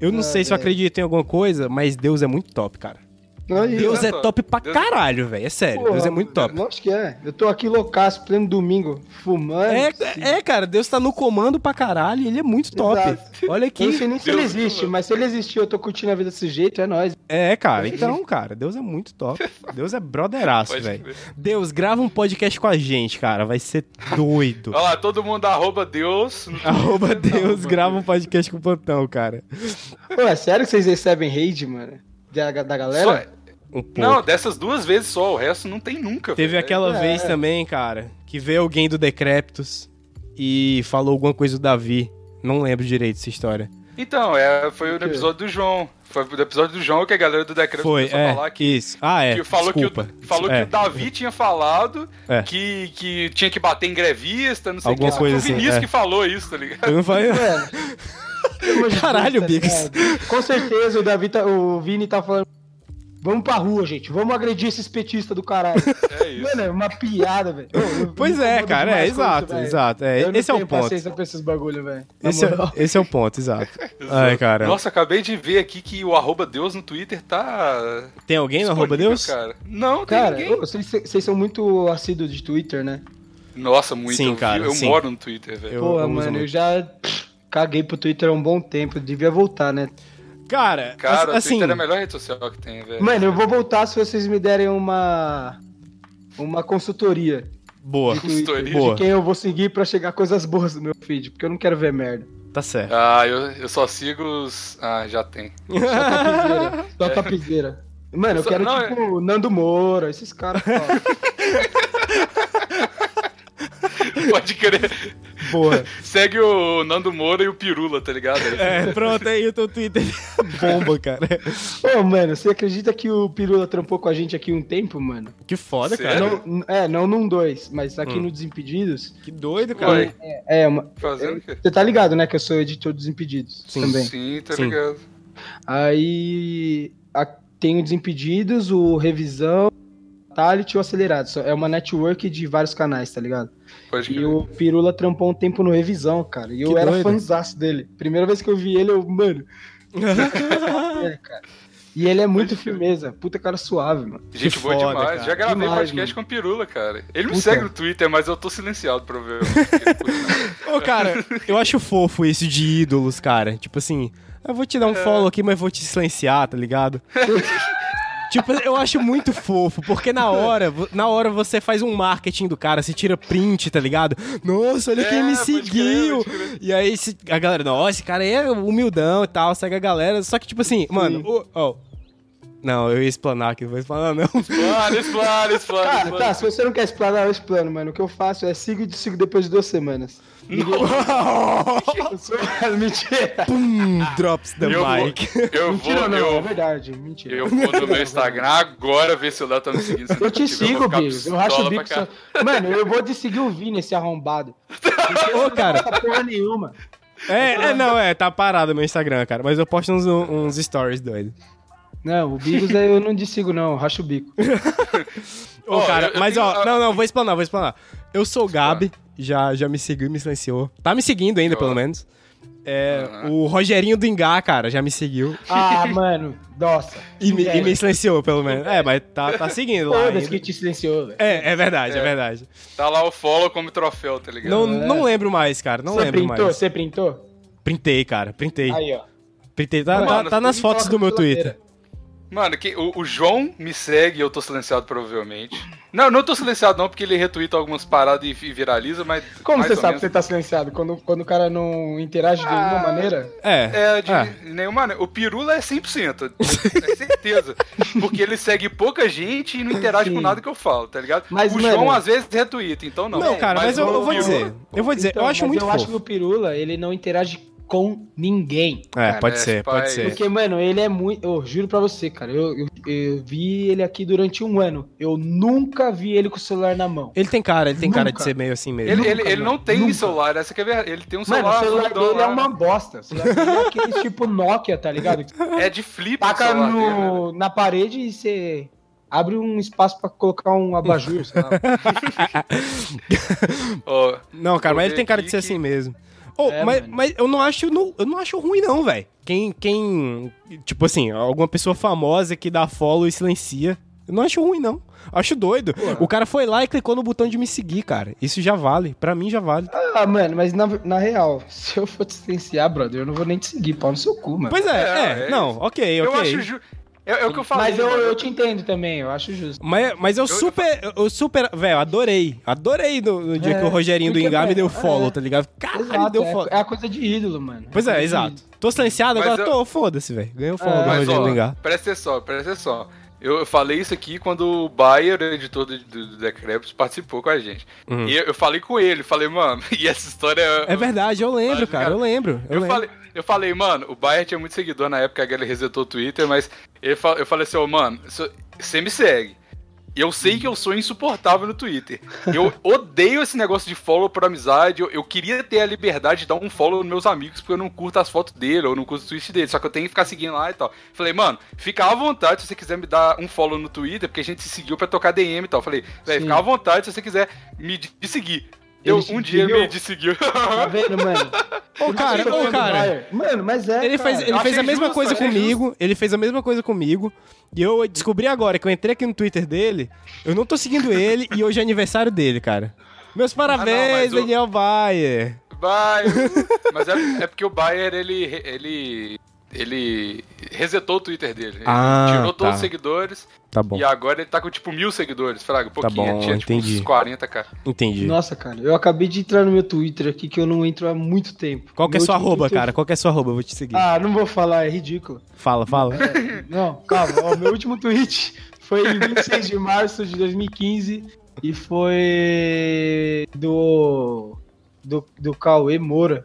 [SPEAKER 4] Eu não
[SPEAKER 3] Ah,
[SPEAKER 4] sei se eu
[SPEAKER 3] velho.
[SPEAKER 4] acredito em alguma coisa, mas Deus é muito top, cara.
[SPEAKER 3] Olha aí,
[SPEAKER 4] Deus é
[SPEAKER 1] Deus-
[SPEAKER 4] top pra
[SPEAKER 1] Deus-
[SPEAKER 4] caralho, velho. É sério,
[SPEAKER 3] porra,
[SPEAKER 4] Deus é muito top.
[SPEAKER 3] Lógico que é. Eu tô aqui loucaço, pleno domingo, fumando. assim.
[SPEAKER 4] É, é, cara, Deus tá no comando pra caralho e ele é muito top.
[SPEAKER 3] Exato.
[SPEAKER 4] Olha
[SPEAKER 3] Eu não sei
[SPEAKER 4] aqui.
[SPEAKER 3] nem se
[SPEAKER 1] Deus-
[SPEAKER 3] ele existe, mas se ele existir, eu tô curtindo a vida desse jeito, é nóis.
[SPEAKER 4] É, cara, então, cara, Deus é muito top. Deus é brotheraço,
[SPEAKER 1] Pode
[SPEAKER 4] velho.
[SPEAKER 1] crer.
[SPEAKER 4] Deus, grava um podcast com a gente, cara, vai ser doido.
[SPEAKER 1] Olha lá, todo mundo arroba Deus.
[SPEAKER 4] Arroba Deus, grava um podcast com o plantão, cara.
[SPEAKER 3] Pô, é sério que vocês recebem raid, mano? Da, da
[SPEAKER 1] Só-
[SPEAKER 3] galera?
[SPEAKER 4] Um pouco.
[SPEAKER 1] não, dessas duas vezes só, o resto não tem nunca.
[SPEAKER 4] Teve
[SPEAKER 1] velho.
[SPEAKER 4] aquela
[SPEAKER 3] É.
[SPEAKER 4] vez também, cara, que veio alguém do Decreptus e falou alguma coisa do Davi. Não lembro direito essa história.
[SPEAKER 1] Então, é, foi
[SPEAKER 3] O
[SPEAKER 1] no
[SPEAKER 3] quê?
[SPEAKER 1] episódio do João. Foi no episódio do João que a galera do Decreto
[SPEAKER 4] Foi,
[SPEAKER 1] começou a
[SPEAKER 4] é.
[SPEAKER 1] falar que
[SPEAKER 4] Isso. Ah, é.
[SPEAKER 1] que falou
[SPEAKER 4] Desculpa.
[SPEAKER 1] que o, falou
[SPEAKER 4] É.
[SPEAKER 1] que o Davi tinha falado
[SPEAKER 4] É.
[SPEAKER 1] que, que tinha que bater em grevista, não sei o que.
[SPEAKER 4] Alguma
[SPEAKER 1] só
[SPEAKER 4] coisa
[SPEAKER 1] que
[SPEAKER 4] assim,
[SPEAKER 1] o Vinícius
[SPEAKER 4] é.
[SPEAKER 1] que falou isso, tá ligado?
[SPEAKER 4] Eu não falei.
[SPEAKER 3] Mano. é. pelo amor de
[SPEAKER 4] Caralho,
[SPEAKER 3] Deus, tá
[SPEAKER 4] Biggs.
[SPEAKER 3] ligado? Com certeza o Davi tá, o Vini tá falando. Vamos pra rua, gente. Vamos agredir esses petistas do caralho.
[SPEAKER 1] É isso.
[SPEAKER 3] Mano, é uma piada, velho. Eu- eu-
[SPEAKER 4] Pois
[SPEAKER 3] eu me
[SPEAKER 4] é,
[SPEAKER 3] incomodo
[SPEAKER 4] cara, é,
[SPEAKER 3] demais com
[SPEAKER 4] exato,
[SPEAKER 3] velho.
[SPEAKER 4] exato, é,
[SPEAKER 3] Eu não
[SPEAKER 4] esse é o
[SPEAKER 3] tenho
[SPEAKER 4] ponto.
[SPEAKER 3] paciência pra esses bagulho, velho. Na
[SPEAKER 4] Esse é,
[SPEAKER 3] moral.
[SPEAKER 4] esse é o ponto, exato. Ai, cara.
[SPEAKER 1] Nossa, acabei de ver aqui que o arroba Deus no Twitter tá.
[SPEAKER 4] Tem alguém no arroba
[SPEAKER 1] disponível,
[SPEAKER 4] Deus?
[SPEAKER 1] Cara. Não, tem
[SPEAKER 3] Cara,
[SPEAKER 1] ninguém.
[SPEAKER 3] ô, vocês vocês são muito assíduos de Twitter, né?
[SPEAKER 1] Nossa, muito.
[SPEAKER 4] Sim,
[SPEAKER 1] eu vi-
[SPEAKER 4] cara,
[SPEAKER 1] eu
[SPEAKER 4] sim.
[SPEAKER 1] moro no Twitter, velho.
[SPEAKER 4] Eu-
[SPEAKER 3] Pô,
[SPEAKER 4] uso
[SPEAKER 3] mano, eu
[SPEAKER 4] muito.
[SPEAKER 3] já pff, caguei pro Twitter há um bom tempo. Eu devia voltar, né?
[SPEAKER 4] Cara,
[SPEAKER 1] Cara, o
[SPEAKER 4] assim.
[SPEAKER 1] Twitter é a melhor rede social que tem,
[SPEAKER 4] É.
[SPEAKER 1] velho.
[SPEAKER 3] Mano, eu vou voltar se vocês me derem uma. Uma consultoria.
[SPEAKER 4] Boa.
[SPEAKER 1] Consultoria.
[SPEAKER 4] Boa.
[SPEAKER 3] De quem eu vou seguir pra chegar coisas boas no meu feed, porque eu não quero ver merda.
[SPEAKER 4] Tá certo.
[SPEAKER 1] Ah, eu, eu só sigo os. Ah, já tem.
[SPEAKER 3] Só tapizeira. Só tapizeira. Mano, eu
[SPEAKER 1] Só-
[SPEAKER 3] quero
[SPEAKER 1] não, é-
[SPEAKER 3] tipo Nando Moura, esses caras. ó.
[SPEAKER 1] Pode crer.
[SPEAKER 4] Boa.
[SPEAKER 1] Segue o Nando Moura e o Pirula, tá ligado?
[SPEAKER 4] É, pronto, aí o teu Twitter bomba, cara.
[SPEAKER 3] Ô, mano, você acredita que o Pirula trampou com a gente aqui um tempo, mano?
[SPEAKER 4] Que foda,
[SPEAKER 1] Sério?
[SPEAKER 4] cara.
[SPEAKER 3] Não- n- é, não num dois, mas aqui
[SPEAKER 4] Hum.
[SPEAKER 3] no Desimpedidos.
[SPEAKER 4] Que doido, cara.
[SPEAKER 1] Ué,
[SPEAKER 3] É, uma-
[SPEAKER 1] fazendo o quê?
[SPEAKER 3] você tá ligado, né? Que eu sou editor dos Impedidos
[SPEAKER 4] Sim.
[SPEAKER 3] também.
[SPEAKER 1] Sim, tá
[SPEAKER 4] Sim.
[SPEAKER 1] ligado.
[SPEAKER 3] Aí a- tem o Desimpedidos, o Revisão, o Talent e o Acelerado. Só- É uma network de vários canais, tá ligado?
[SPEAKER 1] Pode
[SPEAKER 3] E
[SPEAKER 1] crer.
[SPEAKER 3] o Pirula trampou um tempo no Revisão, cara. E eu
[SPEAKER 4] Que
[SPEAKER 3] era
[SPEAKER 4] doido.
[SPEAKER 3] fãzaço dele. Primeira vez que eu vi ele, eu, mano. É, cara. E ele é muito firmeza. Puta cara suave, mano.
[SPEAKER 1] Gente boa
[SPEAKER 4] foda,
[SPEAKER 1] demais.
[SPEAKER 4] cara.
[SPEAKER 1] Já gravei
[SPEAKER 3] Demais,
[SPEAKER 1] podcast com Pirula, cara. Ele me
[SPEAKER 3] Puta.
[SPEAKER 1] segue no Twitter, mas eu tô silenciado pra ver.
[SPEAKER 4] Ô, cara, eu acho fofo isso de ídolos, cara. Tipo assim, eu vou te
[SPEAKER 1] É.
[SPEAKER 4] dar um follow aqui, mas vou te silenciar, tá ligado? Tipo, eu acho muito fofo, porque na hora, vo- na hora você faz um marketing do cara, você tira print, tá ligado? Nossa, olha quem
[SPEAKER 1] É,
[SPEAKER 4] me
[SPEAKER 1] pode crer,
[SPEAKER 4] seguiu!
[SPEAKER 1] pode crer.
[SPEAKER 4] E aí se- a galera, nossa, esse cara aí é humildão e tal, segue a galera. Só que, tipo assim, mano, o- ó. Não, eu ia explanar aqui, não vou explanar, não.
[SPEAKER 1] Explana, explana,
[SPEAKER 3] Cara,
[SPEAKER 1] explana.
[SPEAKER 3] tá, se você não quer explanar, eu explano, mano. O que eu faço é sigo e sigo depois de duas semanas. Eu sou- Mentira!
[SPEAKER 4] Pum, drops the
[SPEAKER 1] Eu vou,
[SPEAKER 4] mic.
[SPEAKER 1] eu vou,
[SPEAKER 3] Mentira, não, é
[SPEAKER 1] eu,
[SPEAKER 3] verdade. Mentira.
[SPEAKER 1] eu vou no meu Instagram agora ver se o Léo tá me seguindo. Se
[SPEAKER 3] Eu te
[SPEAKER 1] não tiver, vou
[SPEAKER 3] sigo,
[SPEAKER 1] ficar
[SPEAKER 3] Bigos. Eu racho o
[SPEAKER 1] pistola
[SPEAKER 3] bico.
[SPEAKER 1] pra
[SPEAKER 3] Só...
[SPEAKER 1] cá.
[SPEAKER 3] Mano, eu vou de seguir o Vini, esse arrombado.
[SPEAKER 4] Ô, cara,
[SPEAKER 3] Não porra nenhuma.
[SPEAKER 4] É, é, não, é, tá parado meu Instagram, cara. Mas eu posto uns, uns stories doido.
[SPEAKER 3] Não, o Bigos é- eu não de sigo, não. Eu racho o bico.
[SPEAKER 4] Ô,
[SPEAKER 1] Ó,
[SPEAKER 4] cara,
[SPEAKER 1] eu- eu
[SPEAKER 4] mas
[SPEAKER 1] tenho-
[SPEAKER 4] ó,
[SPEAKER 1] ah.
[SPEAKER 4] não, não, vou explanar, vou explanar. Eu sou o Gabi, já, já me seguiu e me silenciou. Tá me seguindo ainda,
[SPEAKER 1] Ó. Ah.
[SPEAKER 4] pelo menos. É, o Rogerinho do Ingá, cara, já me seguiu
[SPEAKER 3] Ah, mano. Nossa.
[SPEAKER 4] e me, e
[SPEAKER 3] É.
[SPEAKER 4] me silenciou, pelo menos. É, mas tá, tá seguindo lá
[SPEAKER 3] Foda-se
[SPEAKER 4] ainda.
[SPEAKER 3] que te silenciou, velho.
[SPEAKER 4] É, é verdade, é,
[SPEAKER 1] É.
[SPEAKER 4] verdade.
[SPEAKER 1] Tá lá o follow como troféu, tá ligado?
[SPEAKER 4] Não, não lembro mais, cara, não
[SPEAKER 3] Você
[SPEAKER 4] lembro
[SPEAKER 3] printou?
[SPEAKER 4] mais.
[SPEAKER 3] Você printou?
[SPEAKER 4] Printei, cara, printei.
[SPEAKER 3] Aí, ó.
[SPEAKER 4] Printei, tá,
[SPEAKER 1] Mano,
[SPEAKER 4] tá- tá nas
[SPEAKER 3] Ele
[SPEAKER 4] fotos
[SPEAKER 3] coloca
[SPEAKER 4] do meu
[SPEAKER 3] na
[SPEAKER 4] Twitter.
[SPEAKER 3] geladeira.
[SPEAKER 1] Mano, que, o, o João me segue e eu tô silenciado provavelmente. Não, não tô silenciado não, porque ele retweeta algumas paradas e vi- viraliza, mas...
[SPEAKER 3] Como
[SPEAKER 1] mais
[SPEAKER 3] você
[SPEAKER 1] ou
[SPEAKER 3] sabe que você
[SPEAKER 1] menos. Ah,
[SPEAKER 3] tá silenciado? Quando, quando o cara não interage de nenhuma maneira?
[SPEAKER 4] É,
[SPEAKER 1] É, de
[SPEAKER 4] é.
[SPEAKER 1] nenhuma... maneira. O Pirula é 100%, é certeza. porque ele segue pouca gente e não interage
[SPEAKER 3] Sim.
[SPEAKER 1] com nada que eu falo, tá ligado?
[SPEAKER 3] Mas,
[SPEAKER 1] o
[SPEAKER 3] mano-
[SPEAKER 1] João às vezes retweeta, então não.
[SPEAKER 4] Não, cara, mas, eu,
[SPEAKER 1] o
[SPEAKER 4] eu vou
[SPEAKER 1] Pirula-
[SPEAKER 4] dizer. Eu vou dizer,
[SPEAKER 3] Então,
[SPEAKER 4] eu acho
[SPEAKER 3] mas
[SPEAKER 4] muito
[SPEAKER 3] eu
[SPEAKER 4] fofo.
[SPEAKER 3] acho que o Pirula, ele não interage com ninguém.
[SPEAKER 4] É,
[SPEAKER 1] Cara,
[SPEAKER 4] pode
[SPEAKER 1] é,
[SPEAKER 4] ser,
[SPEAKER 1] pai.
[SPEAKER 4] pode ser.
[SPEAKER 3] Porque, mano, ele é muito. Eu juro pra você, cara. Eu, eu, eu vi ele aqui durante um ano. Eu nunca vi ele com o celular na mão.
[SPEAKER 4] Ele tem cara, ele tem cara de
[SPEAKER 3] Nunca.
[SPEAKER 4] ser meio assim mesmo.
[SPEAKER 1] Ele,
[SPEAKER 3] Nunca,
[SPEAKER 1] ele, ele não
[SPEAKER 3] mano,
[SPEAKER 1] tem
[SPEAKER 3] nunca.
[SPEAKER 1] celular, essa que é verdade. Ele tem um
[SPEAKER 3] Mano,
[SPEAKER 1] celular...
[SPEAKER 3] o celular
[SPEAKER 1] azulzão
[SPEAKER 3] dele é
[SPEAKER 1] lá,
[SPEAKER 3] uma bosta. O celular dele é aquele tipo Nokia, tá ligado? Que
[SPEAKER 1] É de flip o
[SPEAKER 3] Taca
[SPEAKER 1] celular dele, né?
[SPEAKER 3] no, na parede e você abre um espaço pra colocar um abajur, sei lá.
[SPEAKER 1] Ó,
[SPEAKER 4] Não, cara,
[SPEAKER 1] Eu
[SPEAKER 4] mas ele
[SPEAKER 1] vi
[SPEAKER 4] tem cara de
[SPEAKER 1] aqui
[SPEAKER 4] ser
[SPEAKER 1] que-
[SPEAKER 4] assim mesmo. Ô,
[SPEAKER 3] É,
[SPEAKER 4] mas,
[SPEAKER 3] mano.
[SPEAKER 4] mas eu não acho não, eu não acho ruim não, velho. Quem quem tipo assim, alguma pessoa famosa que dá follow e silencia, eu não acho ruim não. Acho doido. O cara foi lá e clicou no botão de me seguir, cara. Isso já vale, Pra mim já vale.
[SPEAKER 3] Ah, mano, mas na, na real, se eu for te silenciar, brother, eu não vou nem te seguir, pau no seu cu, mano.
[SPEAKER 4] Pois é, é,
[SPEAKER 1] é
[SPEAKER 4] não, OK,
[SPEAKER 1] Eu
[SPEAKER 4] OK.
[SPEAKER 1] acho... Ju... É, é o que eu falei.
[SPEAKER 3] Mas eu,
[SPEAKER 1] né?
[SPEAKER 3] eu te entendo também, eu acho justo.
[SPEAKER 4] Mas, mas eu super, eu super, velho, adorei. Adorei no, no dia
[SPEAKER 3] É,
[SPEAKER 4] que o Rogerinho do
[SPEAKER 3] porque,
[SPEAKER 4] Ingá me
[SPEAKER 3] velho,
[SPEAKER 4] deu follow,
[SPEAKER 3] é.
[SPEAKER 4] tá ligado? Caralho,
[SPEAKER 3] Exato,
[SPEAKER 4] deu
[SPEAKER 3] é-
[SPEAKER 4] follow.
[SPEAKER 3] é, a coisa de ídolo, mano.
[SPEAKER 4] Pois
[SPEAKER 3] coisa
[SPEAKER 4] é,
[SPEAKER 3] de
[SPEAKER 4] exato.
[SPEAKER 3] ídolo.
[SPEAKER 4] Tô silenciado,
[SPEAKER 1] Mas
[SPEAKER 4] agora
[SPEAKER 1] eu-
[SPEAKER 4] tô, foda-se, velho. Ganhou follow
[SPEAKER 3] É,
[SPEAKER 4] do
[SPEAKER 1] Mas,
[SPEAKER 4] Rogério
[SPEAKER 1] ó,
[SPEAKER 4] do Engar.
[SPEAKER 1] presta atenção, presta atenção. Eu, eu falei isso aqui quando o Bayer, editor do, do, do Decreps, participou com a gente. E eu, eu falei com ele, falei, mano, e essa história é.
[SPEAKER 4] Hum. É verdade, eu lembro,
[SPEAKER 1] Mas,
[SPEAKER 4] cara,
[SPEAKER 1] cara,
[SPEAKER 4] eu lembro. Eu,
[SPEAKER 1] Eu
[SPEAKER 4] lembro.
[SPEAKER 1] falei, eu falei, mano, o Bayer tinha muito seguidor na época que ele resetou o Twitter, mas ele fa- eu falei assim, ô, mano, isso- você me segue. E eu sei que eu sou insuportável no Twitter. Eu odeio esse negócio de follow por amizade. Eu, eu queria ter a liberdade de dar um follow nos meus amigos, porque eu não curto as fotos dele, ou não curto o tweet dele. Só que eu tenho que ficar seguindo lá e tal. Falei, mano, fica à vontade se você quiser me dar um follow no Twitter, porque a gente se seguiu pra tocar DM e tal. Falei, velho,
[SPEAKER 3] Sim.
[SPEAKER 1] fica à vontade se você quiser me de de seguir.
[SPEAKER 3] Ele
[SPEAKER 1] Eu,
[SPEAKER 3] te
[SPEAKER 1] um dia ele
[SPEAKER 3] seguiu?
[SPEAKER 1] me seguiu.
[SPEAKER 3] Tá vendo, mano?
[SPEAKER 4] Ô, cara,
[SPEAKER 1] é
[SPEAKER 4] ô, cara.
[SPEAKER 3] Mano, mas é.
[SPEAKER 4] Ele, fez,
[SPEAKER 3] cara.
[SPEAKER 4] ele
[SPEAKER 1] achei
[SPEAKER 4] fez a mesma
[SPEAKER 1] justo,
[SPEAKER 4] coisa
[SPEAKER 1] achei
[SPEAKER 4] comigo, ele fez a mesma coisa comigo, e eu descobri agora que eu entrei aqui no Twitter dele, eu não tô seguindo ele, e hoje é aniversário dele, cara. Meus parabéns,
[SPEAKER 1] Ah, mas o-
[SPEAKER 4] Daniel Bayer.
[SPEAKER 1] Bayer. Mas é, é porque o Bayer, ele. ele. ele resetou o Twitter dele. Ele
[SPEAKER 4] Ah,
[SPEAKER 1] tirou
[SPEAKER 4] tá.
[SPEAKER 1] todos os seguidores
[SPEAKER 4] Tá bom, Tá
[SPEAKER 1] e agora ele tá com tipo mil seguidores, Fraga. Pouquinho,
[SPEAKER 4] bom,
[SPEAKER 1] ele tinha tipo
[SPEAKER 4] entendi.
[SPEAKER 1] uns 40k.
[SPEAKER 4] entendi.
[SPEAKER 3] Nossa, cara, eu acabei de entrar no meu Twitter aqui que eu não entro há muito tempo.
[SPEAKER 4] Qual que é
[SPEAKER 3] Meu
[SPEAKER 4] sua
[SPEAKER 3] último
[SPEAKER 4] arroba,
[SPEAKER 3] Twitter-
[SPEAKER 4] cara? Qual que é sua arroba? Eu vou te seguir.
[SPEAKER 3] Ah, não vou falar, é ridículo.
[SPEAKER 4] Fala, fala.
[SPEAKER 3] É. Não, calma, ó, meu último tweet foi em 26 de março de 2015 e foi do. do, do Cauê Moura.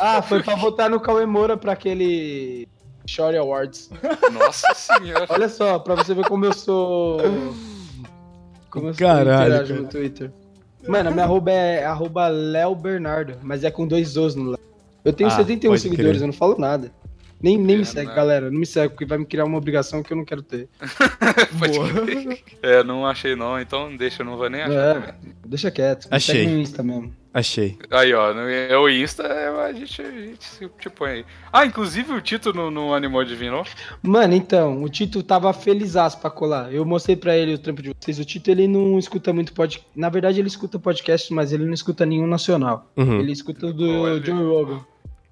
[SPEAKER 3] Ah, foi pra votar no Cauê Moura pra aquele. Shore Awards.
[SPEAKER 1] Nossa senhora.
[SPEAKER 3] Olha só, pra você ver como eu sou. Como eu sou-
[SPEAKER 4] Caralho,
[SPEAKER 3] interajo
[SPEAKER 4] cara.
[SPEAKER 3] no Twitter. Mano, a minha arroba é arroba Léo Bernardo, mas é com dois Os no Léo. Eu tenho
[SPEAKER 4] Ah,
[SPEAKER 3] 71
[SPEAKER 4] pode
[SPEAKER 3] seguidores,
[SPEAKER 4] crer.
[SPEAKER 3] eu não falo nada. Nem, nem me
[SPEAKER 1] É,
[SPEAKER 3] segue,
[SPEAKER 1] né?
[SPEAKER 3] galera. Não me segue, porque vai me criar uma obrigação que eu não quero ter.
[SPEAKER 1] É, não achei não, então deixa, eu não vou nem achar.
[SPEAKER 3] É,
[SPEAKER 1] também.
[SPEAKER 3] deixa quieto. me
[SPEAKER 4] Achei.
[SPEAKER 3] Segue no Insta mesmo.
[SPEAKER 4] Achei.
[SPEAKER 1] Aí, ó, no- é o Insta, é, a gente, a gente se- te põe aí. Ah, inclusive o Tito não, não É animou adivinhou?
[SPEAKER 3] Mano, então, o Tito tava felizaço pra colar. Eu mostrei pra ele o trampo de vocês. O Tito, ele não escuta muito podcast. Na verdade, ele escuta podcast, mas ele não escuta nenhum nacional.
[SPEAKER 4] Uhum.
[SPEAKER 3] Ele escuta o do
[SPEAKER 1] Olha.
[SPEAKER 3] Joe Rogan.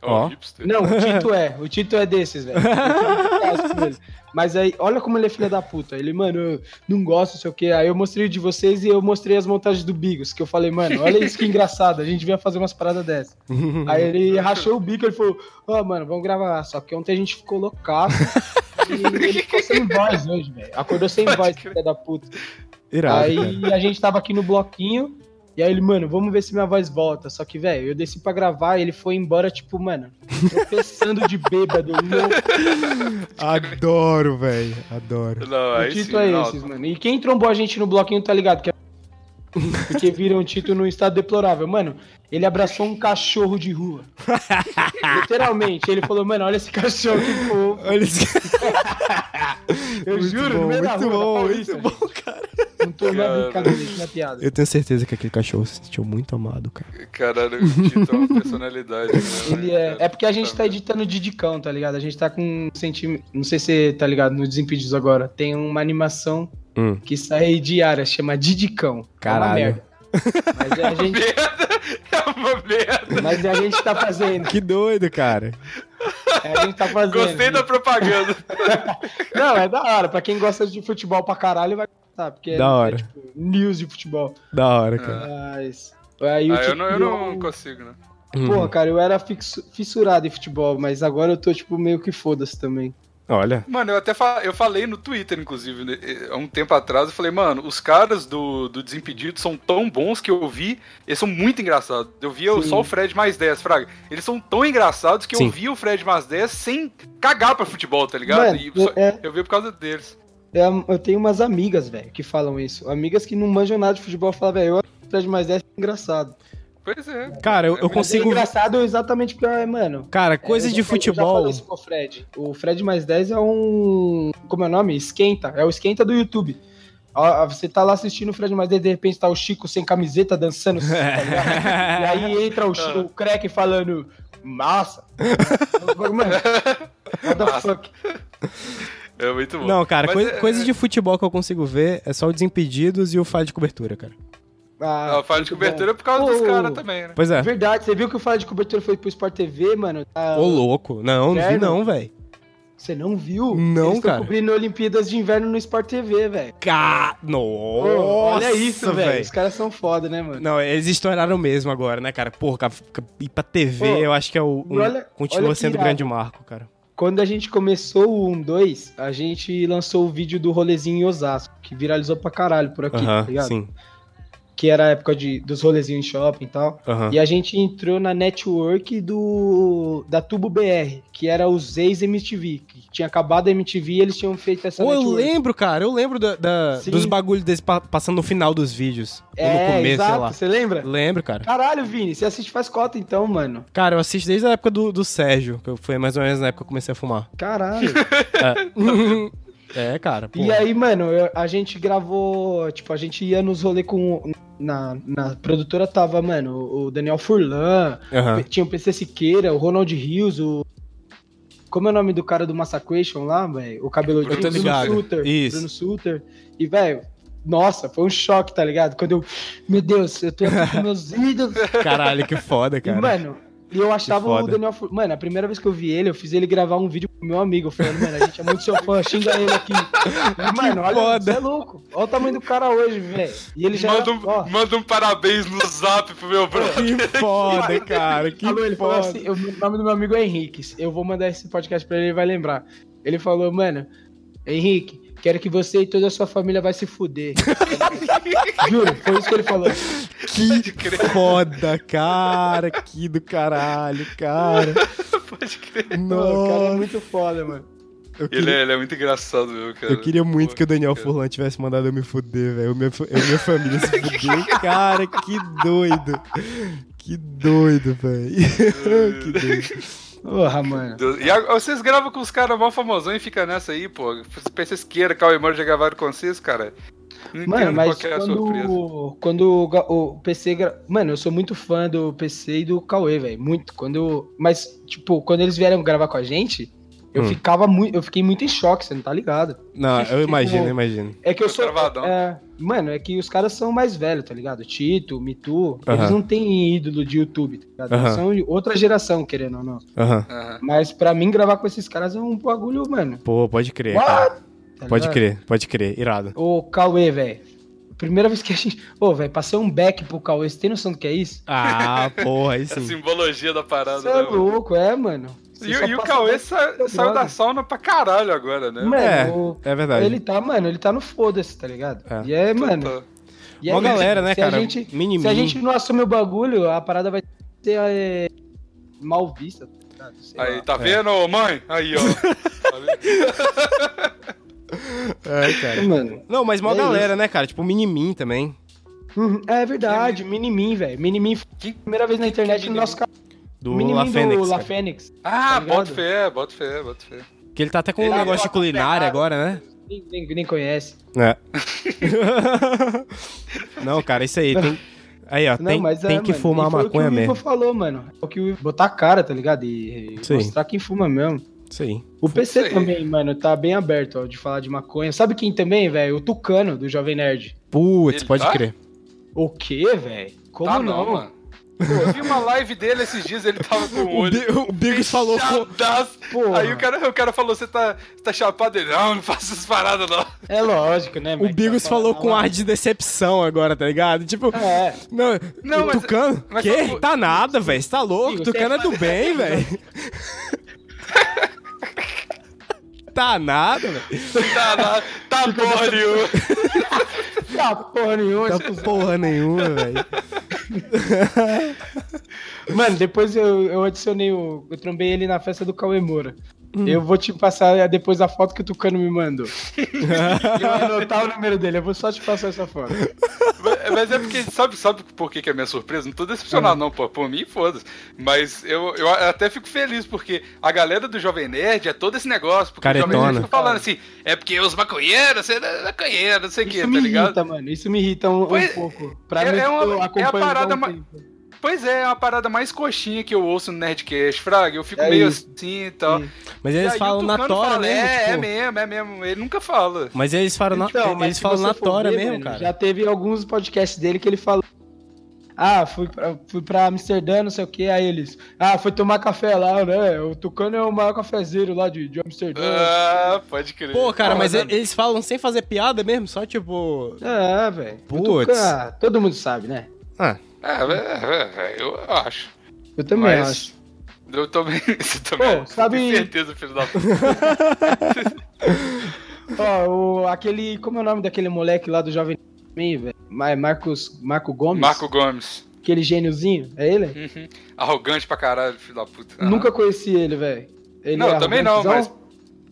[SPEAKER 1] Ó,
[SPEAKER 4] Ó.
[SPEAKER 1] hipster.
[SPEAKER 3] Não, o Tito é. O Tito é desses, velho. Eu tenho muito caso com ele. Mas aí, olha como ele é filho da puta. Ele, mano, eu não gosto, não sei o quê. Aí eu mostrei o de vocês e eu mostrei as montagens do Bigos, que eu falei, mano, olha isso que engraçado. A gente devia fazer umas paradas dessas. aí ele rachou o bico, ele falou, ó, mano, vamos gravar. Só que ontem a gente ficou loucaço. E ele ficou sem voz hoje, velho. Acordou sem
[SPEAKER 1] Pode
[SPEAKER 3] voz,
[SPEAKER 1] crer.
[SPEAKER 3] filho da puta.
[SPEAKER 4] Irado, cara.
[SPEAKER 3] Aí a gente tava aqui no bloquinho. E aí ele, mano, vamos ver se minha voz volta. Só que, velho, eu desci pra gravar e ele foi embora, tipo, mano, tropeçando de bêbado. Meu,
[SPEAKER 5] Adoro, velho. Adoro.
[SPEAKER 1] Não,
[SPEAKER 3] o
[SPEAKER 1] aí
[SPEAKER 3] Tito
[SPEAKER 1] sim,
[SPEAKER 3] é
[SPEAKER 1] não.
[SPEAKER 3] esses, mano. E quem trombou a gente no bloquinho, tá ligado? Que é... Porque viram o Tito num estado deplorável. Mano, ele abraçou um cachorro de rua. Literalmente. Ele falou, mano, olha esse cachorro que fofo.
[SPEAKER 4] Olha esse
[SPEAKER 3] Eu
[SPEAKER 4] Muito
[SPEAKER 3] juro,
[SPEAKER 4] bom,
[SPEAKER 3] no meio da
[SPEAKER 4] muito
[SPEAKER 3] rua,
[SPEAKER 4] bom,
[SPEAKER 3] na
[SPEAKER 4] muito
[SPEAKER 3] Paulista,
[SPEAKER 4] bom, cara.
[SPEAKER 3] Não tô na
[SPEAKER 1] Cara.
[SPEAKER 3] brincadeira, isso não é piada.
[SPEAKER 4] Eu tenho certeza que aquele cachorro se sentiu muito amado, cara.
[SPEAKER 1] Caralho, o Tito é uma personalidade. né,
[SPEAKER 3] Ele
[SPEAKER 1] velho,
[SPEAKER 3] é.
[SPEAKER 1] cara?
[SPEAKER 3] É porque a gente tá editando Didicão, tá ligado? A gente tá com um centímetro. Não sei se tá ligado no Desimpedidos agora. Tem uma animação
[SPEAKER 4] Hum.
[SPEAKER 3] que sai diária, chama Didicão. É uma
[SPEAKER 4] Caralho.
[SPEAKER 3] merda. Mas é a gente,
[SPEAKER 1] Merda! É uma merda!
[SPEAKER 3] mas é a gente tá fazendo.
[SPEAKER 4] Que doido, cara.
[SPEAKER 3] É a gente tá fazendo.
[SPEAKER 1] Gostei da propaganda.
[SPEAKER 3] Não, é da hora. Pra quem gosta de futebol pra caralho, vai gostar. Porque
[SPEAKER 4] Da
[SPEAKER 3] é,
[SPEAKER 4] hora.
[SPEAKER 3] tipo, Ah. news de futebol.
[SPEAKER 4] Da hora, cara.
[SPEAKER 3] Mas. Aí o tipo
[SPEAKER 1] Ah, eu
[SPEAKER 3] Tito
[SPEAKER 1] não, eu
[SPEAKER 3] virou-
[SPEAKER 1] não consigo, né?
[SPEAKER 4] Uhum.
[SPEAKER 3] Porra, cara, eu era fixo- fissurado em futebol, mas agora eu tô, tipo, meio que foda-se também.
[SPEAKER 4] Olha.
[SPEAKER 1] Mano, eu até fa- eu falei no Twitter, inclusive, né, eh, há um tempo atrás, eu falei, mano, os caras do, do Desimpedido são tão bons que eu vi, eles são muito engraçados. Eu via
[SPEAKER 3] Sim.
[SPEAKER 1] só o Fred mais 10, Fraga. Eles são tão engraçados que
[SPEAKER 4] Sim.
[SPEAKER 1] eu vi o Fred mais 10 sem cagar pra futebol, tá ligado?
[SPEAKER 3] Mano,
[SPEAKER 1] E só-
[SPEAKER 3] é-
[SPEAKER 1] Eu vi por causa deles.
[SPEAKER 3] É, eu tenho umas amigas, velho, que falam isso. Amigas que não manjam nada de futebol falam, velho, eu acho que o Fred mais 10 é engraçado.
[SPEAKER 1] Pois é.
[SPEAKER 4] Cara, eu, eu
[SPEAKER 3] Mas é
[SPEAKER 4] consigo.
[SPEAKER 3] engraçado exatamente porque, é, mano.
[SPEAKER 4] Cara, coisa
[SPEAKER 3] eu já
[SPEAKER 4] de
[SPEAKER 3] falei- eu já
[SPEAKER 4] futebol.
[SPEAKER 3] falei isso pro Fred. O Fred mais 10 é um. Como é o nome? Esquenta. É o esquenta do YouTube. Ó, ó, Você tá lá assistindo o Fred mais 10, de repente tá o Chico sem camiseta dançando. tá ligado? e aí entra o, Chico- o crack falando. Massa! Mano, what the fuck?
[SPEAKER 1] É muito bom.
[SPEAKER 4] Não, cara,
[SPEAKER 1] Mas
[SPEAKER 4] coisa,
[SPEAKER 1] é-
[SPEAKER 4] coisa de futebol que eu consigo ver é só o Desimpedidos e o Falha de Cobertura, cara.
[SPEAKER 3] Ah,
[SPEAKER 1] Ela fala é de
[SPEAKER 3] muito
[SPEAKER 1] cobertura
[SPEAKER 3] bom.
[SPEAKER 1] por causa dos
[SPEAKER 3] Ô,
[SPEAKER 1] caras também, né?
[SPEAKER 4] Pois é.
[SPEAKER 3] Verdade, você viu que o Fala de Cobertura foi pro Sport TV, mano? Ah,
[SPEAKER 4] Ô, louco. Não, não vi
[SPEAKER 3] Inferno.
[SPEAKER 4] não, velho.
[SPEAKER 3] Você não viu?
[SPEAKER 4] Não,
[SPEAKER 3] Eles tão
[SPEAKER 4] cara.
[SPEAKER 3] cobrindo Olimpíadas de Inverno no Sport TV, velho.
[SPEAKER 4] Cara,
[SPEAKER 3] Pô,
[SPEAKER 4] nossa,
[SPEAKER 3] Olha isso, velho. Os caras são foda, né, mano?
[SPEAKER 4] Não, eles estouraram mesmo agora, né, cara? Porra, cara, fica- ir pra TV,
[SPEAKER 3] Ô,
[SPEAKER 4] eu acho que é o. um-
[SPEAKER 3] e olha-
[SPEAKER 4] continua
[SPEAKER 3] olha que
[SPEAKER 4] sendo o
[SPEAKER 3] irado.
[SPEAKER 4] grande marco, cara.
[SPEAKER 3] Quando a gente começou o 1-2, a gente lançou o vídeo do rolezinho em Osasco, que viralizou pra caralho por aqui,
[SPEAKER 4] Aham,
[SPEAKER 3] tá ligado?
[SPEAKER 4] sim.
[SPEAKER 3] Que era a época de, dos rolezinhos em shopping e tal.
[SPEAKER 4] Aham.
[SPEAKER 3] E a gente entrou na network do da Tubo BR, que era os ex-MTV, que tinha acabado a MTV e eles tinham feito essa
[SPEAKER 4] Ô, eu
[SPEAKER 3] network.
[SPEAKER 4] lembro, cara, eu lembro da- da-
[SPEAKER 3] Sim.
[SPEAKER 4] dos bagulhos desse pa- passando no final dos vídeos. ou
[SPEAKER 3] É,
[SPEAKER 4] no começo,
[SPEAKER 3] exato,
[SPEAKER 4] sei lá.
[SPEAKER 3] você lembra?
[SPEAKER 4] Lembro, cara.
[SPEAKER 3] Caralho, Vini, você assiste faz cota então, mano.
[SPEAKER 4] Cara, eu assisto desde a época do, do Sérgio, que eu- foi mais ou menos na época que eu comecei a fumar.
[SPEAKER 3] Caralho.
[SPEAKER 4] É, cara.
[SPEAKER 3] e aí, mano, eu- a gente gravou, tipo, a gente ia nos rolê com. Na, na produtora tava, mano, o Daniel Furlan,
[SPEAKER 4] Aham.
[SPEAKER 3] tinha o PC Siqueira, o Ronald Rios, o. Como é o nome do cara do Massacration lá, velho? O cabelo
[SPEAKER 1] Bruno
[SPEAKER 4] ligado.
[SPEAKER 3] Suter.
[SPEAKER 4] Isso.
[SPEAKER 3] Bruno Suter. E, velho, nossa, foi um choque, tá ligado? Quando eu. Meu Deus, eu tô aqui com meus ídolos.
[SPEAKER 4] Caralho, que foda,
[SPEAKER 3] E,
[SPEAKER 4] cara.
[SPEAKER 3] mano, e eu achava o
[SPEAKER 4] foda.
[SPEAKER 3] Daniel Fur... Mano, a primeira vez que eu vi ele, eu fiz ele gravar um vídeo pro meu amigo, falando, mano, a gente é muito seu fã, xinga ele aqui. E, mano, olha,
[SPEAKER 4] foda.
[SPEAKER 3] você é louco. Olha o tamanho do cara hoje, velho. E ele já
[SPEAKER 1] Manda
[SPEAKER 3] era- ó,
[SPEAKER 1] um, manda um parabéns no zap pro meu brother.
[SPEAKER 4] Que foda, cara. Que
[SPEAKER 3] falou, ele falou
[SPEAKER 4] foda.
[SPEAKER 3] assim, eu- o nome do meu amigo é Henrique, eu vou mandar esse podcast pra ele, ele vai lembrar. Ele falou, mano, Henrique, quero que você e toda a sua família vai se fuder. Juro, foi isso que ele falou.
[SPEAKER 4] Que foda, cara. Que do caralho, cara.
[SPEAKER 1] Pode crer.
[SPEAKER 3] Mano, o cara é
[SPEAKER 4] Nossa.
[SPEAKER 3] muito foda, mano.
[SPEAKER 4] Eu
[SPEAKER 1] Ele
[SPEAKER 4] queria,
[SPEAKER 1] é, ele é muito engraçado, meu, cara.
[SPEAKER 4] eu queria muito que o Daniel
[SPEAKER 1] Porra,
[SPEAKER 4] Furlan tivesse mandado eu me fuder, velho. Eu, minha, eu minha família se fuder. Cara, que doido. Que doido, velho. que doido.
[SPEAKER 3] Porra, mano.
[SPEAKER 1] Deus. E a- vocês gravam com os caras mó famosão e fica nessa aí, pô. Vocês pensam que Cauê Mano já gravaram com vocês, cara? Não
[SPEAKER 3] Mano,
[SPEAKER 1] entendo
[SPEAKER 3] mas
[SPEAKER 1] qual que é a surpresa.
[SPEAKER 3] quando, quando o Ga- o PC. gra- Mano, eu sou muito fã do PC e do Cauê, velho. Muito. Quando. Mas, tipo, quando eles vieram gravar com a gente, eu
[SPEAKER 4] Hum.
[SPEAKER 3] ficava muito. Eu fiquei muito em choque, você não tá ligado?
[SPEAKER 4] Não, eu imagino,
[SPEAKER 3] Tipo,
[SPEAKER 4] eu imagino.
[SPEAKER 3] É que eu
[SPEAKER 1] Tá
[SPEAKER 3] sou.
[SPEAKER 1] travadão.
[SPEAKER 3] é, mano, é que os caras são mais velhos, tá ligado? Tito, Mitu, eles
[SPEAKER 4] Aham.
[SPEAKER 3] não têm ídolo de YouTube, tá ligado? Eles
[SPEAKER 4] Aham.
[SPEAKER 3] são de outra geração, querendo ou não.
[SPEAKER 4] Aham.
[SPEAKER 1] Aham.
[SPEAKER 3] Mas pra mim, gravar com esses caras é um bagulho, mano.
[SPEAKER 4] Pô, pode crer,
[SPEAKER 3] What?
[SPEAKER 4] cara.
[SPEAKER 3] tá
[SPEAKER 4] É, ah, Pode
[SPEAKER 3] ligado?
[SPEAKER 4] crer, pode crer. Irado.
[SPEAKER 3] Ô, Cauê, velho. Primeira vez que a gente. Ô, velho, passei um back pro Cauê. Você tem noção do que é isso?
[SPEAKER 4] Ah, porra, aí
[SPEAKER 1] A
[SPEAKER 4] sim.
[SPEAKER 1] simbologia da parada,
[SPEAKER 3] Você é
[SPEAKER 1] né, mano?
[SPEAKER 3] louco, é, mano. Você
[SPEAKER 1] E,
[SPEAKER 3] só
[SPEAKER 1] e o
[SPEAKER 3] passa
[SPEAKER 1] Cauê
[SPEAKER 3] back
[SPEAKER 1] sa-
[SPEAKER 3] pro
[SPEAKER 1] saiu da
[SPEAKER 3] brother.
[SPEAKER 1] sauna pra caralho agora, né?
[SPEAKER 3] Mano,
[SPEAKER 4] É,
[SPEAKER 3] o-
[SPEAKER 4] é verdade.
[SPEAKER 3] Ele tá, mano, ele tá no foda-se, tá ligado?
[SPEAKER 4] É.
[SPEAKER 3] E é, mano.
[SPEAKER 1] Tá.
[SPEAKER 3] E é
[SPEAKER 4] Mó
[SPEAKER 3] isso.
[SPEAKER 4] galera, né,
[SPEAKER 3] se
[SPEAKER 4] cara?
[SPEAKER 3] A gente,
[SPEAKER 4] Mini
[SPEAKER 3] se a
[SPEAKER 4] mim.
[SPEAKER 3] gente não assumir o bagulho, a parada vai ser é, mal vista, tá ligado? Sei
[SPEAKER 1] Aí,
[SPEAKER 3] lá.
[SPEAKER 1] tá vendo, ô mãe? Aí, ó. Tá vendo?
[SPEAKER 4] É, cara.
[SPEAKER 3] Mano.
[SPEAKER 4] Não, mas mó
[SPEAKER 3] É
[SPEAKER 4] galera, né, cara? Tipo, mini-min também.
[SPEAKER 3] Uhum, É verdade, Minimin, velho. Minimin foi
[SPEAKER 1] Que- é
[SPEAKER 3] a primeira vez na internet no nosso canal.
[SPEAKER 4] Do La
[SPEAKER 3] Minimin
[SPEAKER 4] Fênix.
[SPEAKER 3] do La
[SPEAKER 4] cara.
[SPEAKER 3] Fênix.
[SPEAKER 1] ah,
[SPEAKER 3] Tá ligado?
[SPEAKER 1] bota fé, bota fé, bota fé.
[SPEAKER 4] Que ele tá até com um
[SPEAKER 3] Ele
[SPEAKER 4] negócio de
[SPEAKER 3] abriu a
[SPEAKER 4] culinária
[SPEAKER 3] Ferrari.
[SPEAKER 4] agora, né?
[SPEAKER 3] Nem, nem, nem conhece.
[SPEAKER 4] É. não, cara, isso aí. Tem... Aí, ó,
[SPEAKER 3] Não,
[SPEAKER 4] Ah, tem,
[SPEAKER 3] mas é,
[SPEAKER 4] tem que
[SPEAKER 3] mano,
[SPEAKER 4] fumar
[SPEAKER 3] e foi o
[SPEAKER 4] maconha
[SPEAKER 3] que o
[SPEAKER 4] mesmo.
[SPEAKER 3] Ivo falou, mano. É O que o Ivo botar a cara, tá ligado? E
[SPEAKER 4] Sim.
[SPEAKER 3] mostrar quem fuma mesmo.
[SPEAKER 4] Isso aí.
[SPEAKER 3] O PC
[SPEAKER 1] aí.
[SPEAKER 3] também, mano, tá bem aberto, ó, de falar de maconha. Sabe quem também, velho? O Tucano, do Jovem Nerd.
[SPEAKER 4] Putz,
[SPEAKER 1] Ele
[SPEAKER 4] pode
[SPEAKER 1] tá?
[SPEAKER 4] crer.
[SPEAKER 3] O quê, velho? Como
[SPEAKER 1] tá
[SPEAKER 3] não?
[SPEAKER 1] mano. Pô, eu vi uma live dele esses dias, ele tava com o
[SPEAKER 4] O,
[SPEAKER 1] olho.
[SPEAKER 4] Bi- o Bigos falou. com-
[SPEAKER 1] Chadaço.
[SPEAKER 3] Porra.
[SPEAKER 1] Aí o cara, o cara falou: Você tá, você tá chapado? Ele, não, não faço essas paradas, não.
[SPEAKER 3] É lógico, né,
[SPEAKER 4] O
[SPEAKER 3] velho?
[SPEAKER 4] Bigos
[SPEAKER 3] Tá
[SPEAKER 4] falou
[SPEAKER 3] falando
[SPEAKER 4] com
[SPEAKER 3] lá.
[SPEAKER 4] ar de decepção agora, tá ligado? Tipo,
[SPEAKER 3] É.
[SPEAKER 4] não,
[SPEAKER 1] Não,
[SPEAKER 4] o
[SPEAKER 1] mas-
[SPEAKER 4] Tucano,
[SPEAKER 1] mas
[SPEAKER 4] quê?
[SPEAKER 1] só-
[SPEAKER 4] Tá nada, velho, você tá louco,
[SPEAKER 3] Bigos,
[SPEAKER 4] Tucano é
[SPEAKER 3] você
[SPEAKER 4] do bem, velho. tá nada, velho.
[SPEAKER 1] Tá, tá, tá porra nenhuma.
[SPEAKER 3] Tá porra nenhuma.
[SPEAKER 4] Tá com porra nenhuma, velho.
[SPEAKER 3] Mano, depois eu, eu adicionei o. Eu trombei ele na festa do Cauê Moura.
[SPEAKER 4] Hum.
[SPEAKER 3] Eu vou te passar depois a foto que o Tucano me mandou. E eu anotar o número dele, eu vou só te passar essa foto.
[SPEAKER 1] Mas- Mas é porque, sabe, sabe por que, que é minha surpresa? Não tô decepcionado, não, pô. Por mim, foda-se. Mas eu, eu até fico feliz, porque a galera do Jovem Nerd é todo esse negócio. Porque o Jovem
[SPEAKER 4] Caretona.
[SPEAKER 1] Nerd fica falando assim, é porque os maconheiros, você é maconheiro, não sei o quê,
[SPEAKER 3] Isso
[SPEAKER 1] tá
[SPEAKER 3] me
[SPEAKER 1] ligado?
[SPEAKER 3] irrita, mano. Isso me irrita um, um
[SPEAKER 1] Pois-
[SPEAKER 3] pouco. Pra
[SPEAKER 1] é-
[SPEAKER 3] mim,
[SPEAKER 1] é uma-
[SPEAKER 3] eu
[SPEAKER 1] é a
[SPEAKER 3] acompanho já há
[SPEAKER 1] parada
[SPEAKER 3] um
[SPEAKER 1] ma-
[SPEAKER 3] tempo.
[SPEAKER 1] Pois é, é uma parada mais coxinha que eu ouço no Nerdcast, Fraga. Eu fico
[SPEAKER 3] É
[SPEAKER 1] meio
[SPEAKER 3] isso.
[SPEAKER 1] assim e tal.
[SPEAKER 3] Isso.
[SPEAKER 4] Mas
[SPEAKER 1] E
[SPEAKER 4] eles
[SPEAKER 1] aí
[SPEAKER 4] falam
[SPEAKER 1] o
[SPEAKER 4] na
[SPEAKER 1] Tucano
[SPEAKER 4] tora
[SPEAKER 1] fala,
[SPEAKER 4] mesmo.
[SPEAKER 1] É, é
[SPEAKER 4] tipo,
[SPEAKER 1] mesmo, é mesmo. Ele nunca fala.
[SPEAKER 4] Mas eles falam na,
[SPEAKER 3] Então, mas
[SPEAKER 4] eles
[SPEAKER 3] se
[SPEAKER 4] falam
[SPEAKER 3] você
[SPEAKER 4] na
[SPEAKER 3] for
[SPEAKER 4] tora
[SPEAKER 3] ver,
[SPEAKER 4] mesmo,
[SPEAKER 3] mano,
[SPEAKER 4] cara.
[SPEAKER 3] Já teve alguns podcasts dele que ele falou. Ah, fui pra, fui pra Amsterdã, não sei o que, aí eles. Ah, foi tomar café lá, né? O Tucano é o maior cafezeiro lá de, de Amsterdã.
[SPEAKER 4] É.
[SPEAKER 1] Ah, pode crer.
[SPEAKER 4] Pô, cara,
[SPEAKER 1] Ah,
[SPEAKER 4] mas
[SPEAKER 1] é-
[SPEAKER 4] e- eles falam sem fazer piada mesmo, só tipo.
[SPEAKER 3] É, velho. O
[SPEAKER 4] Putz.
[SPEAKER 3] Tucano- ah, Todo mundo sabe, né?
[SPEAKER 4] Ah,
[SPEAKER 1] é, é, é, eu acho.
[SPEAKER 3] Eu também
[SPEAKER 1] Mas-
[SPEAKER 3] acho.
[SPEAKER 1] Eu também. Você também.
[SPEAKER 3] Pô, sabe-
[SPEAKER 1] Tenho certeza, filho da puta.
[SPEAKER 3] Ó, o, aquele. Como é o nome daquele moleque lá do Jovem também, velho? Ma- Marcos. Marco Gomes?
[SPEAKER 1] Marco Gomes.
[SPEAKER 3] Aquele gêniozinho? É ele?
[SPEAKER 1] Uhum. Arrogante pra caralho, filho da puta. Ah.
[SPEAKER 3] Nunca conheci ele, velho. Ele
[SPEAKER 1] Não,
[SPEAKER 3] é
[SPEAKER 1] eu também não, mas.
[SPEAKER 3] arrogantezão?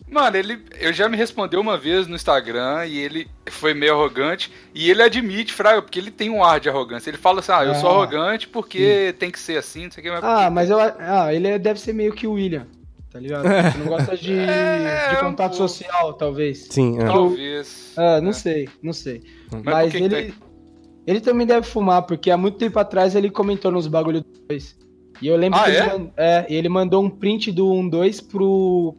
[SPEAKER 1] Mano, ele. Eu já me respondeu uma vez no Instagram e ele foi meio arrogante. E ele admite, Fraga, porque ele tem um ar de arrogância. Ele fala assim: ah, eu sou
[SPEAKER 3] Ah.
[SPEAKER 1] arrogante porque tem que ser assim, não sei o que. Mas
[SPEAKER 3] Ah, mas eu. a- Ah, ele é- deve ser meio que o William, tá ligado? Que não gosta de,
[SPEAKER 1] É,
[SPEAKER 3] de
[SPEAKER 1] um
[SPEAKER 3] contato
[SPEAKER 1] pouco.
[SPEAKER 3] social, talvez.
[SPEAKER 4] sim. é.
[SPEAKER 1] talvez.
[SPEAKER 3] Ah, não
[SPEAKER 1] né?
[SPEAKER 3] sei, não sei. Mas,
[SPEAKER 1] Mas por que que
[SPEAKER 3] ele. ele também deve fumar, porque há muito tempo atrás ele comentou nos bagulho do 2. E eu lembro
[SPEAKER 1] Ah,
[SPEAKER 3] que ele,
[SPEAKER 1] é?
[SPEAKER 3] man- é, ele mandou um print do 1-2 pro,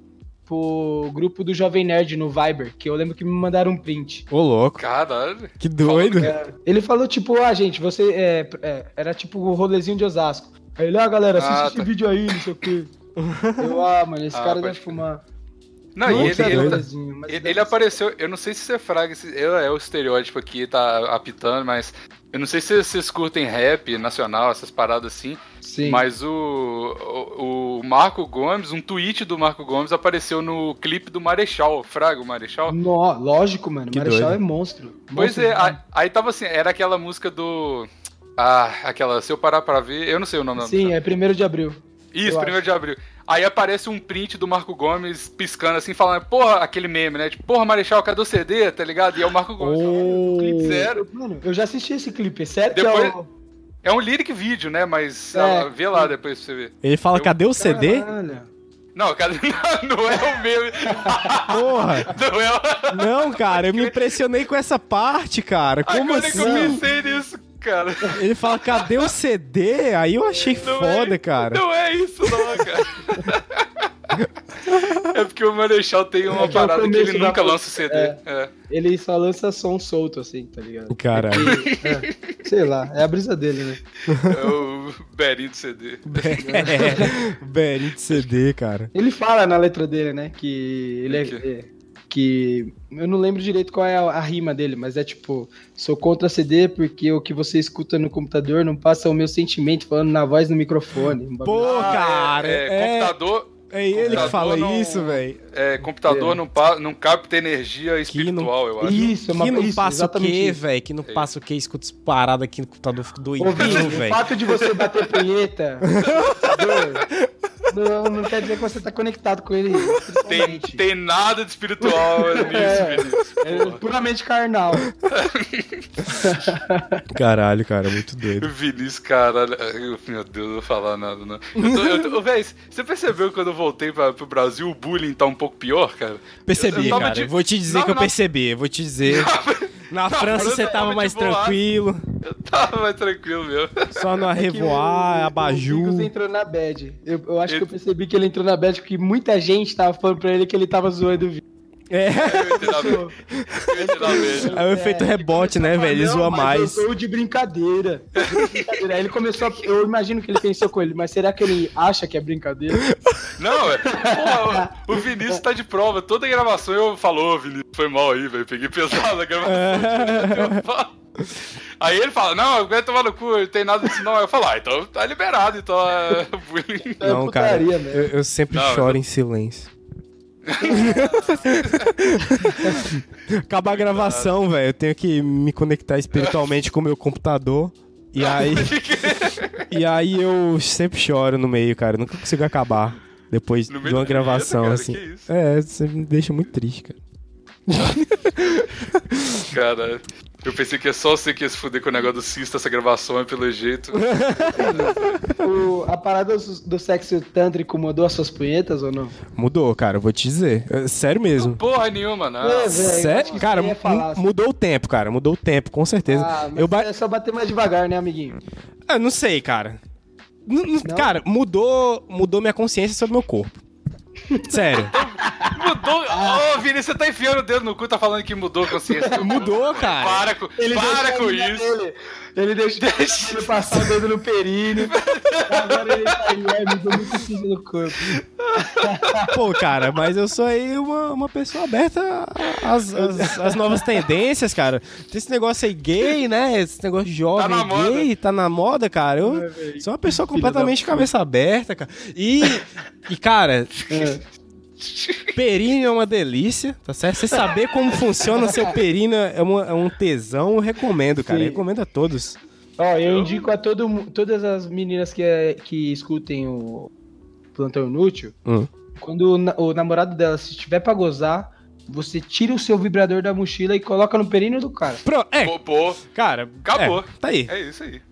[SPEAKER 3] pro grupo do Jovem Nerd no Viber, que eu lembro que me mandaram um print.
[SPEAKER 4] Ô, louco,
[SPEAKER 1] Caralho.
[SPEAKER 4] que doido.
[SPEAKER 1] é.
[SPEAKER 3] Ele falou, tipo, ah, gente, você. é, é, era tipo o rolezinho de Osasco. Aí ele, ah, galera, assiste
[SPEAKER 1] Ah,
[SPEAKER 3] esse
[SPEAKER 1] tá.
[SPEAKER 3] vídeo aí, não sei o quê. Eu, ah, mano, esse
[SPEAKER 1] Ah,
[SPEAKER 3] cara
[SPEAKER 1] pode
[SPEAKER 3] deve
[SPEAKER 1] crer.
[SPEAKER 3] fumar.
[SPEAKER 1] Não,
[SPEAKER 4] Não,
[SPEAKER 1] e ele,
[SPEAKER 4] você é
[SPEAKER 1] ele,
[SPEAKER 4] doido.
[SPEAKER 3] Rolezinho, mas
[SPEAKER 1] Ele,
[SPEAKER 3] deve
[SPEAKER 1] ele
[SPEAKER 3] ser-
[SPEAKER 1] apareceu, eu não sei se você é fraga, esse- é é o estereótipo aqui, tá apitando, mas eu não sei se vocês curtem rap nacional, essas paradas assim,
[SPEAKER 3] Sim.
[SPEAKER 1] mas o, o, o Marco Gomes, um tweet do Marco Gomes apareceu no clipe do Marechal, fraga o Marechal?
[SPEAKER 3] Nó, lógico, mano.
[SPEAKER 4] Que
[SPEAKER 3] Marechal
[SPEAKER 4] doido.
[SPEAKER 3] é monstro.
[SPEAKER 1] Pois
[SPEAKER 3] Monstro
[SPEAKER 1] é,
[SPEAKER 3] de-
[SPEAKER 1] aí, aí tava assim, era aquela música do... Ah, aquela, se eu parar pra ver, eu não sei o nome da
[SPEAKER 3] Sim,
[SPEAKER 1] música.
[SPEAKER 3] é 1 de abril.
[SPEAKER 1] Isso,
[SPEAKER 3] eu
[SPEAKER 1] primeiro de abril. Aí aparece um print do Marco Gomes piscando assim, falando, porra, aquele meme, né? Tipo, porra, Marechal, cadê o CD? Tá ligado? E é o Marco Gomes. falando,
[SPEAKER 3] Oh.
[SPEAKER 1] clipe zero.
[SPEAKER 3] Mano, eu já assisti esse clipe. é Sério
[SPEAKER 1] Depois-
[SPEAKER 3] que é o...
[SPEAKER 1] É um lyric vídeo, né? Mas
[SPEAKER 3] É.
[SPEAKER 1] ah, vê lá depois pra você ver.
[SPEAKER 4] Ele fala,
[SPEAKER 1] Eu-
[SPEAKER 4] cadê o CD?
[SPEAKER 3] Caralho.
[SPEAKER 1] Não, cara, não, não é o meme.
[SPEAKER 4] Porra!
[SPEAKER 1] Não é o...
[SPEAKER 4] Não, cara, eu me impressionei com essa parte, cara. Como
[SPEAKER 1] Agora é que eu
[SPEAKER 4] assim?
[SPEAKER 1] pensei nisso, cara.
[SPEAKER 4] Ele fala, cadê o CD? Aí eu achei
[SPEAKER 1] Não
[SPEAKER 4] foda,
[SPEAKER 1] é,
[SPEAKER 4] cara.
[SPEAKER 1] Não é isso, não, cara. é porque o Marechal tem uma
[SPEAKER 3] É, que é o
[SPEAKER 1] parada que ele
[SPEAKER 3] começo da
[SPEAKER 1] nunca
[SPEAKER 3] música.
[SPEAKER 1] lança o CD.
[SPEAKER 3] É.
[SPEAKER 1] É.
[SPEAKER 3] Ele só lança som solto, assim, tá ligado?
[SPEAKER 4] Caralho.
[SPEAKER 3] É, sei lá, é a brisa dele, né?
[SPEAKER 1] É o Berinho do CD.
[SPEAKER 4] É, Berinho de CD, cara.
[SPEAKER 3] Ele fala na letra dele, né? Que ele
[SPEAKER 1] O
[SPEAKER 3] é, é- que eu não lembro direito qual é a, a rima dele, mas é tipo, sou contra CD porque o que você escuta no computador não passa o meu sentimento falando na voz no microfone. Um bagulho-
[SPEAKER 4] Pô,
[SPEAKER 1] Ah,
[SPEAKER 4] cara,
[SPEAKER 1] é, é,
[SPEAKER 4] é,
[SPEAKER 1] computador.
[SPEAKER 4] é ele que
[SPEAKER 1] computador
[SPEAKER 4] fala
[SPEAKER 1] não-
[SPEAKER 4] isso, velho.
[SPEAKER 1] É, computador
[SPEAKER 3] É.
[SPEAKER 1] Não, pa- não capta energia
[SPEAKER 4] Que não-
[SPEAKER 1] espiritual, eu acho.
[SPEAKER 3] Isso, é uma
[SPEAKER 4] que não
[SPEAKER 3] isso,
[SPEAKER 4] passa o
[SPEAKER 3] exatamente
[SPEAKER 4] quê,
[SPEAKER 3] isso.
[SPEAKER 4] velho? Que não
[SPEAKER 1] É.
[SPEAKER 4] passa o quê? Escuta essa parada aqui no computador, fico
[SPEAKER 3] Ô,
[SPEAKER 4] doidinho,
[SPEAKER 3] Vini, o
[SPEAKER 4] velho.
[SPEAKER 3] fato de você bater punheta no computador, não, não quer dizer que você tá conectado com ele.
[SPEAKER 1] Tem,
[SPEAKER 3] espiritualmente.
[SPEAKER 1] tem nada de espiritual nisso,
[SPEAKER 3] É.
[SPEAKER 1] Vinícius.
[SPEAKER 3] É puramente carnal.
[SPEAKER 4] Caralho, cara, muito doido.
[SPEAKER 1] Vinícius, caralho. Ai, Meu Deus, não vou falar nada, não. Eu tô- eu tô- Ô, véi, você percebeu que quando eu voltei pra, pro Brasil, o bullying tá um pouco pior, cara?
[SPEAKER 4] Percebi,
[SPEAKER 1] Eu tava
[SPEAKER 4] cara.
[SPEAKER 1] de-
[SPEAKER 4] Vou te dizer
[SPEAKER 1] Não,
[SPEAKER 4] que eu
[SPEAKER 1] não.
[SPEAKER 4] percebi, eu vou te dizer. Na França
[SPEAKER 1] França
[SPEAKER 4] você
[SPEAKER 1] eu
[SPEAKER 4] tava
[SPEAKER 1] tava
[SPEAKER 4] mais
[SPEAKER 1] de boa.
[SPEAKER 4] tranquilo,
[SPEAKER 1] Eu tava Tá mais tranquilo mesmo.
[SPEAKER 4] só no
[SPEAKER 3] É que
[SPEAKER 4] arrevoar,
[SPEAKER 3] o- O Bigos
[SPEAKER 4] abajur.
[SPEAKER 3] entrou na bad. Eu, eu acho que
[SPEAKER 1] Ele-
[SPEAKER 3] eu percebi que ele entrou na bad porque muita gente tava falando pra ele que ele tava zoando o vídeo.
[SPEAKER 4] É,
[SPEAKER 1] Eu entendi na vez. Eu entendi na vez.
[SPEAKER 4] é o efeito rebote, né, velho? Ele
[SPEAKER 3] Não,
[SPEAKER 4] zoa
[SPEAKER 3] mas
[SPEAKER 4] mais.
[SPEAKER 3] Eu tô de brincadeira. Eu tô de brincadeira. Aí ele começou a... Eu imagino que ele pensou com ele, mas será que ele acha que é brincadeira?
[SPEAKER 1] Não, velho. Porra, o o Vinícius tá de prova. Toda gravação eu falo, ô Vinícius, foi mal aí, velho. Peguei pesado a gravação. Eu falo. Aí ele fala, não, vai tomar no cu, não tem nada disso não. Aí eu falo, ah, então tá liberado, então é bullying.
[SPEAKER 3] É
[SPEAKER 4] Não, cara,
[SPEAKER 3] putaria, né?
[SPEAKER 4] eu, eu sempre
[SPEAKER 1] Não,
[SPEAKER 4] choro em silêncio. Acabar a gravação, velho. Eu tenho que me conectar espiritualmente com o meu computador. E aí, e aí eu sempre choro no meio, cara. Eu nunca consigo acabar depois
[SPEAKER 1] No meio
[SPEAKER 4] de uma
[SPEAKER 1] da vinheta,
[SPEAKER 4] gravação,
[SPEAKER 1] cara,
[SPEAKER 4] assim.
[SPEAKER 1] que isso?
[SPEAKER 4] É, você me deixa muito triste, cara.
[SPEAKER 1] Cara, eu pensei que é só você que ia se fuder com o negócio do Cista, essa gravação é pelo jeito.
[SPEAKER 3] O- a parada do, do sexo tântrico mudou as suas punhetas ou não?
[SPEAKER 4] Mudou, cara, eu vou te dizer. É, Sério mesmo.
[SPEAKER 1] Porra nenhuma, não.
[SPEAKER 3] É, velho, eu acho que
[SPEAKER 4] Sério?
[SPEAKER 3] isso
[SPEAKER 4] Cara,
[SPEAKER 3] eu ia falar,
[SPEAKER 4] mu-
[SPEAKER 3] assim.
[SPEAKER 4] mudou o tempo, cara. Mudou o tempo, com certeza.
[SPEAKER 3] Ah, mas
[SPEAKER 4] eu ba-
[SPEAKER 3] é só bater mais devagar, né, amiguinho?
[SPEAKER 4] Ah, não sei, cara. N- n-
[SPEAKER 3] Não?
[SPEAKER 4] Cara, mudou, mudou minha consciência sobre meu corpo. Sério.
[SPEAKER 1] Mudou. Ô, Vinícius, você tá enfiando o dedo no cu, tá falando que mudou a consciência.
[SPEAKER 4] mudou, cara.
[SPEAKER 1] Para com, para
[SPEAKER 3] deixou a
[SPEAKER 1] com
[SPEAKER 3] mina
[SPEAKER 1] isso.
[SPEAKER 3] dele. Ele deixou ele passar o dedo no períneo. Agora ele tá ele é, mudou muito sentido no corpo.
[SPEAKER 4] Pô, cara, mas eu sou aí uma, uma pessoa aberta a- às, às- às novas tendências, cara. Tem esse negócio aí gay, né? Esse negócio jovem
[SPEAKER 1] na moda.
[SPEAKER 4] gay, tá na moda, cara.
[SPEAKER 3] né,
[SPEAKER 4] Eu sou uma pessoa completamente de cabeça aberta, cara. E, e cara,
[SPEAKER 3] É.
[SPEAKER 4] Períneo é uma delícia, tá certo? Você saber como funciona o seu períneo é, uma- é um tesão, eu recomendo, cara.
[SPEAKER 3] Sim.
[SPEAKER 4] Eu recomendo a todos.
[SPEAKER 3] Ó, eu indico a todo, mu- todas as meninas que, é- que escutem o Plantão Inútil,
[SPEAKER 4] Hum.
[SPEAKER 3] quando o, na- o namorado dela, se tiver pra gozar, você tira o seu vibrador da mochila e coloca no períneo do cara.
[SPEAKER 4] Pro, é,
[SPEAKER 1] Pô, pô,
[SPEAKER 4] Cara,
[SPEAKER 1] Acabou.
[SPEAKER 4] é, tá aí.
[SPEAKER 1] é isso aí.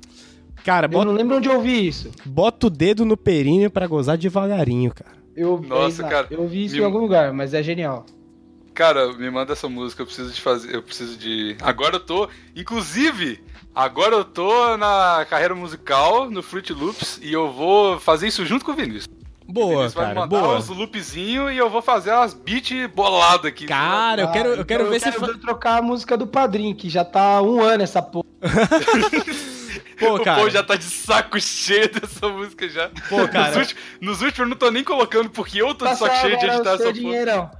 [SPEAKER 4] Cara,
[SPEAKER 3] Eu
[SPEAKER 4] bota,
[SPEAKER 3] não lembro onde eu ouvi isso.
[SPEAKER 4] bota o dedo no períneo pra gozar devagarinho, cara.
[SPEAKER 3] Eu,
[SPEAKER 1] Nossa,
[SPEAKER 3] é, exato.
[SPEAKER 1] cara.
[SPEAKER 3] Eu ouvi isso
[SPEAKER 1] Me-
[SPEAKER 3] em algum lugar, mas é genial.
[SPEAKER 1] Cara, me manda essa música, eu preciso de fazer, eu preciso de. Agora eu tô, inclusive, agora eu tô na carreira musical no Fruit Loops e eu vou fazer isso junto com o Vinícius. o
[SPEAKER 4] Boa,
[SPEAKER 1] Vinícius vai me
[SPEAKER 4] cara,
[SPEAKER 1] mandar um
[SPEAKER 4] boa.
[SPEAKER 1] uns loopzinhos e eu vou fazer umas beats boladas aqui.
[SPEAKER 4] Cara, eu quero, eu quero ver se... fa-
[SPEAKER 3] Ah, então eu trocar a música do Padrim, que já tá há um ano essa porra.
[SPEAKER 4] Pô,
[SPEAKER 1] o
[SPEAKER 4] cara,
[SPEAKER 1] povo já tá de saco cheio dessa música já.
[SPEAKER 4] Pô, cara.
[SPEAKER 1] Nos últimos, nos últimos eu não tô nem colocando porque eu
[SPEAKER 4] Tá
[SPEAKER 1] tô de
[SPEAKER 3] Passa
[SPEAKER 1] saco cheio de
[SPEAKER 3] agora
[SPEAKER 1] editar
[SPEAKER 3] o
[SPEAKER 1] essa
[SPEAKER 3] seu
[SPEAKER 1] porra.
[SPEAKER 3] dinheirão.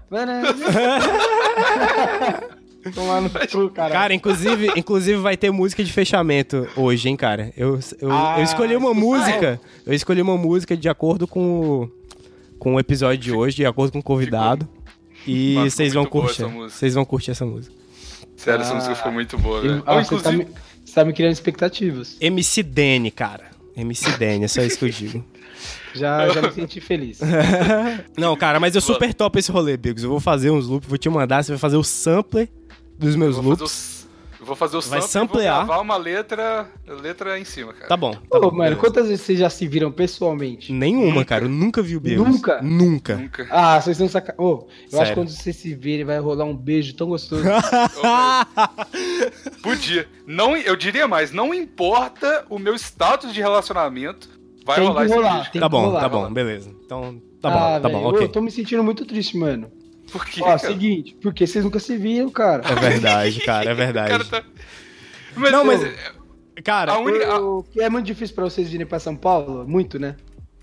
[SPEAKER 3] Tomar no cu, cara.
[SPEAKER 4] cara inclusive, inclusive vai ter música de fechamento hoje, hein, cara. Eu, eu,
[SPEAKER 3] Ah,
[SPEAKER 4] eu escolhi uma
[SPEAKER 3] isso
[SPEAKER 4] música, eu escolhi uma música de acordo com o, com o episódio de hoje, de acordo com o convidado.
[SPEAKER 1] Mas
[SPEAKER 4] E
[SPEAKER 1] ficou
[SPEAKER 4] vocês vão
[SPEAKER 1] muito boa
[SPEAKER 4] curtir,
[SPEAKER 1] essa música.
[SPEAKER 4] vocês vão curtir essa música.
[SPEAKER 1] Sério,
[SPEAKER 3] Ah.
[SPEAKER 1] essa música ficou muito boa,
[SPEAKER 3] Eu-
[SPEAKER 1] velho.
[SPEAKER 3] ah,
[SPEAKER 1] Ou,
[SPEAKER 3] você, tá me,
[SPEAKER 1] inclusive,
[SPEAKER 3] você tá me criando expectativas.
[SPEAKER 4] MC Dene, cara. MC Dene, é só isso que eu digo.
[SPEAKER 3] Já, já me senti feliz.
[SPEAKER 4] Tá Não, cara, mas eu super top esse rolê, Bigos. Eu vou fazer uns loops, vou te mandar, você vai fazer o sampler dos meus
[SPEAKER 1] eu vou fazer
[SPEAKER 4] loops.
[SPEAKER 1] os- Eu vou fazer o
[SPEAKER 4] Vai
[SPEAKER 1] sample
[SPEAKER 4] samplear.
[SPEAKER 1] e vou gravar uma letra, letra em cima, cara.
[SPEAKER 4] Tá bom. Tá
[SPEAKER 3] Pô,
[SPEAKER 4] bom
[SPEAKER 3] mano,
[SPEAKER 4] beleza. Hum.
[SPEAKER 3] quantas vezes vocês já se viram pessoalmente?
[SPEAKER 4] Nenhuma, cara. Eu nunca vi o Beatles.
[SPEAKER 3] Nunca?
[SPEAKER 4] Nunca.
[SPEAKER 1] Nunca.
[SPEAKER 3] Ah, vocês estão saca... Ô, eu acho
[SPEAKER 4] Sério.
[SPEAKER 3] que quando vocês se virem vai rolar um beijo tão gostoso. Ah!
[SPEAKER 1] Podia. Não, eu diria mais, não importa o meu status de relacionamento, vai
[SPEAKER 3] Tem que
[SPEAKER 1] rolar esse
[SPEAKER 3] rolar.
[SPEAKER 1] vídeo.
[SPEAKER 3] Tem
[SPEAKER 4] tá
[SPEAKER 3] que
[SPEAKER 4] bom,
[SPEAKER 3] rolar.
[SPEAKER 4] tá bom, beleza. Então, tá bom,
[SPEAKER 3] Ah,
[SPEAKER 4] tá
[SPEAKER 3] velho,
[SPEAKER 4] bom, ok.
[SPEAKER 3] Eu tô me sentindo muito triste, mano.
[SPEAKER 1] Por quê,
[SPEAKER 3] Ó,
[SPEAKER 1] cara?
[SPEAKER 3] seguinte, porque vocês nunca se viram, cara.
[SPEAKER 4] É verdade, cara, é
[SPEAKER 1] O
[SPEAKER 4] verdade.
[SPEAKER 1] cara tá... Mas,
[SPEAKER 4] Não, mas-
[SPEAKER 1] é,
[SPEAKER 4] Cara,
[SPEAKER 1] A
[SPEAKER 3] O
[SPEAKER 1] única-
[SPEAKER 3] o que é muito difícil pra vocês virem pra São Paulo, muito, né?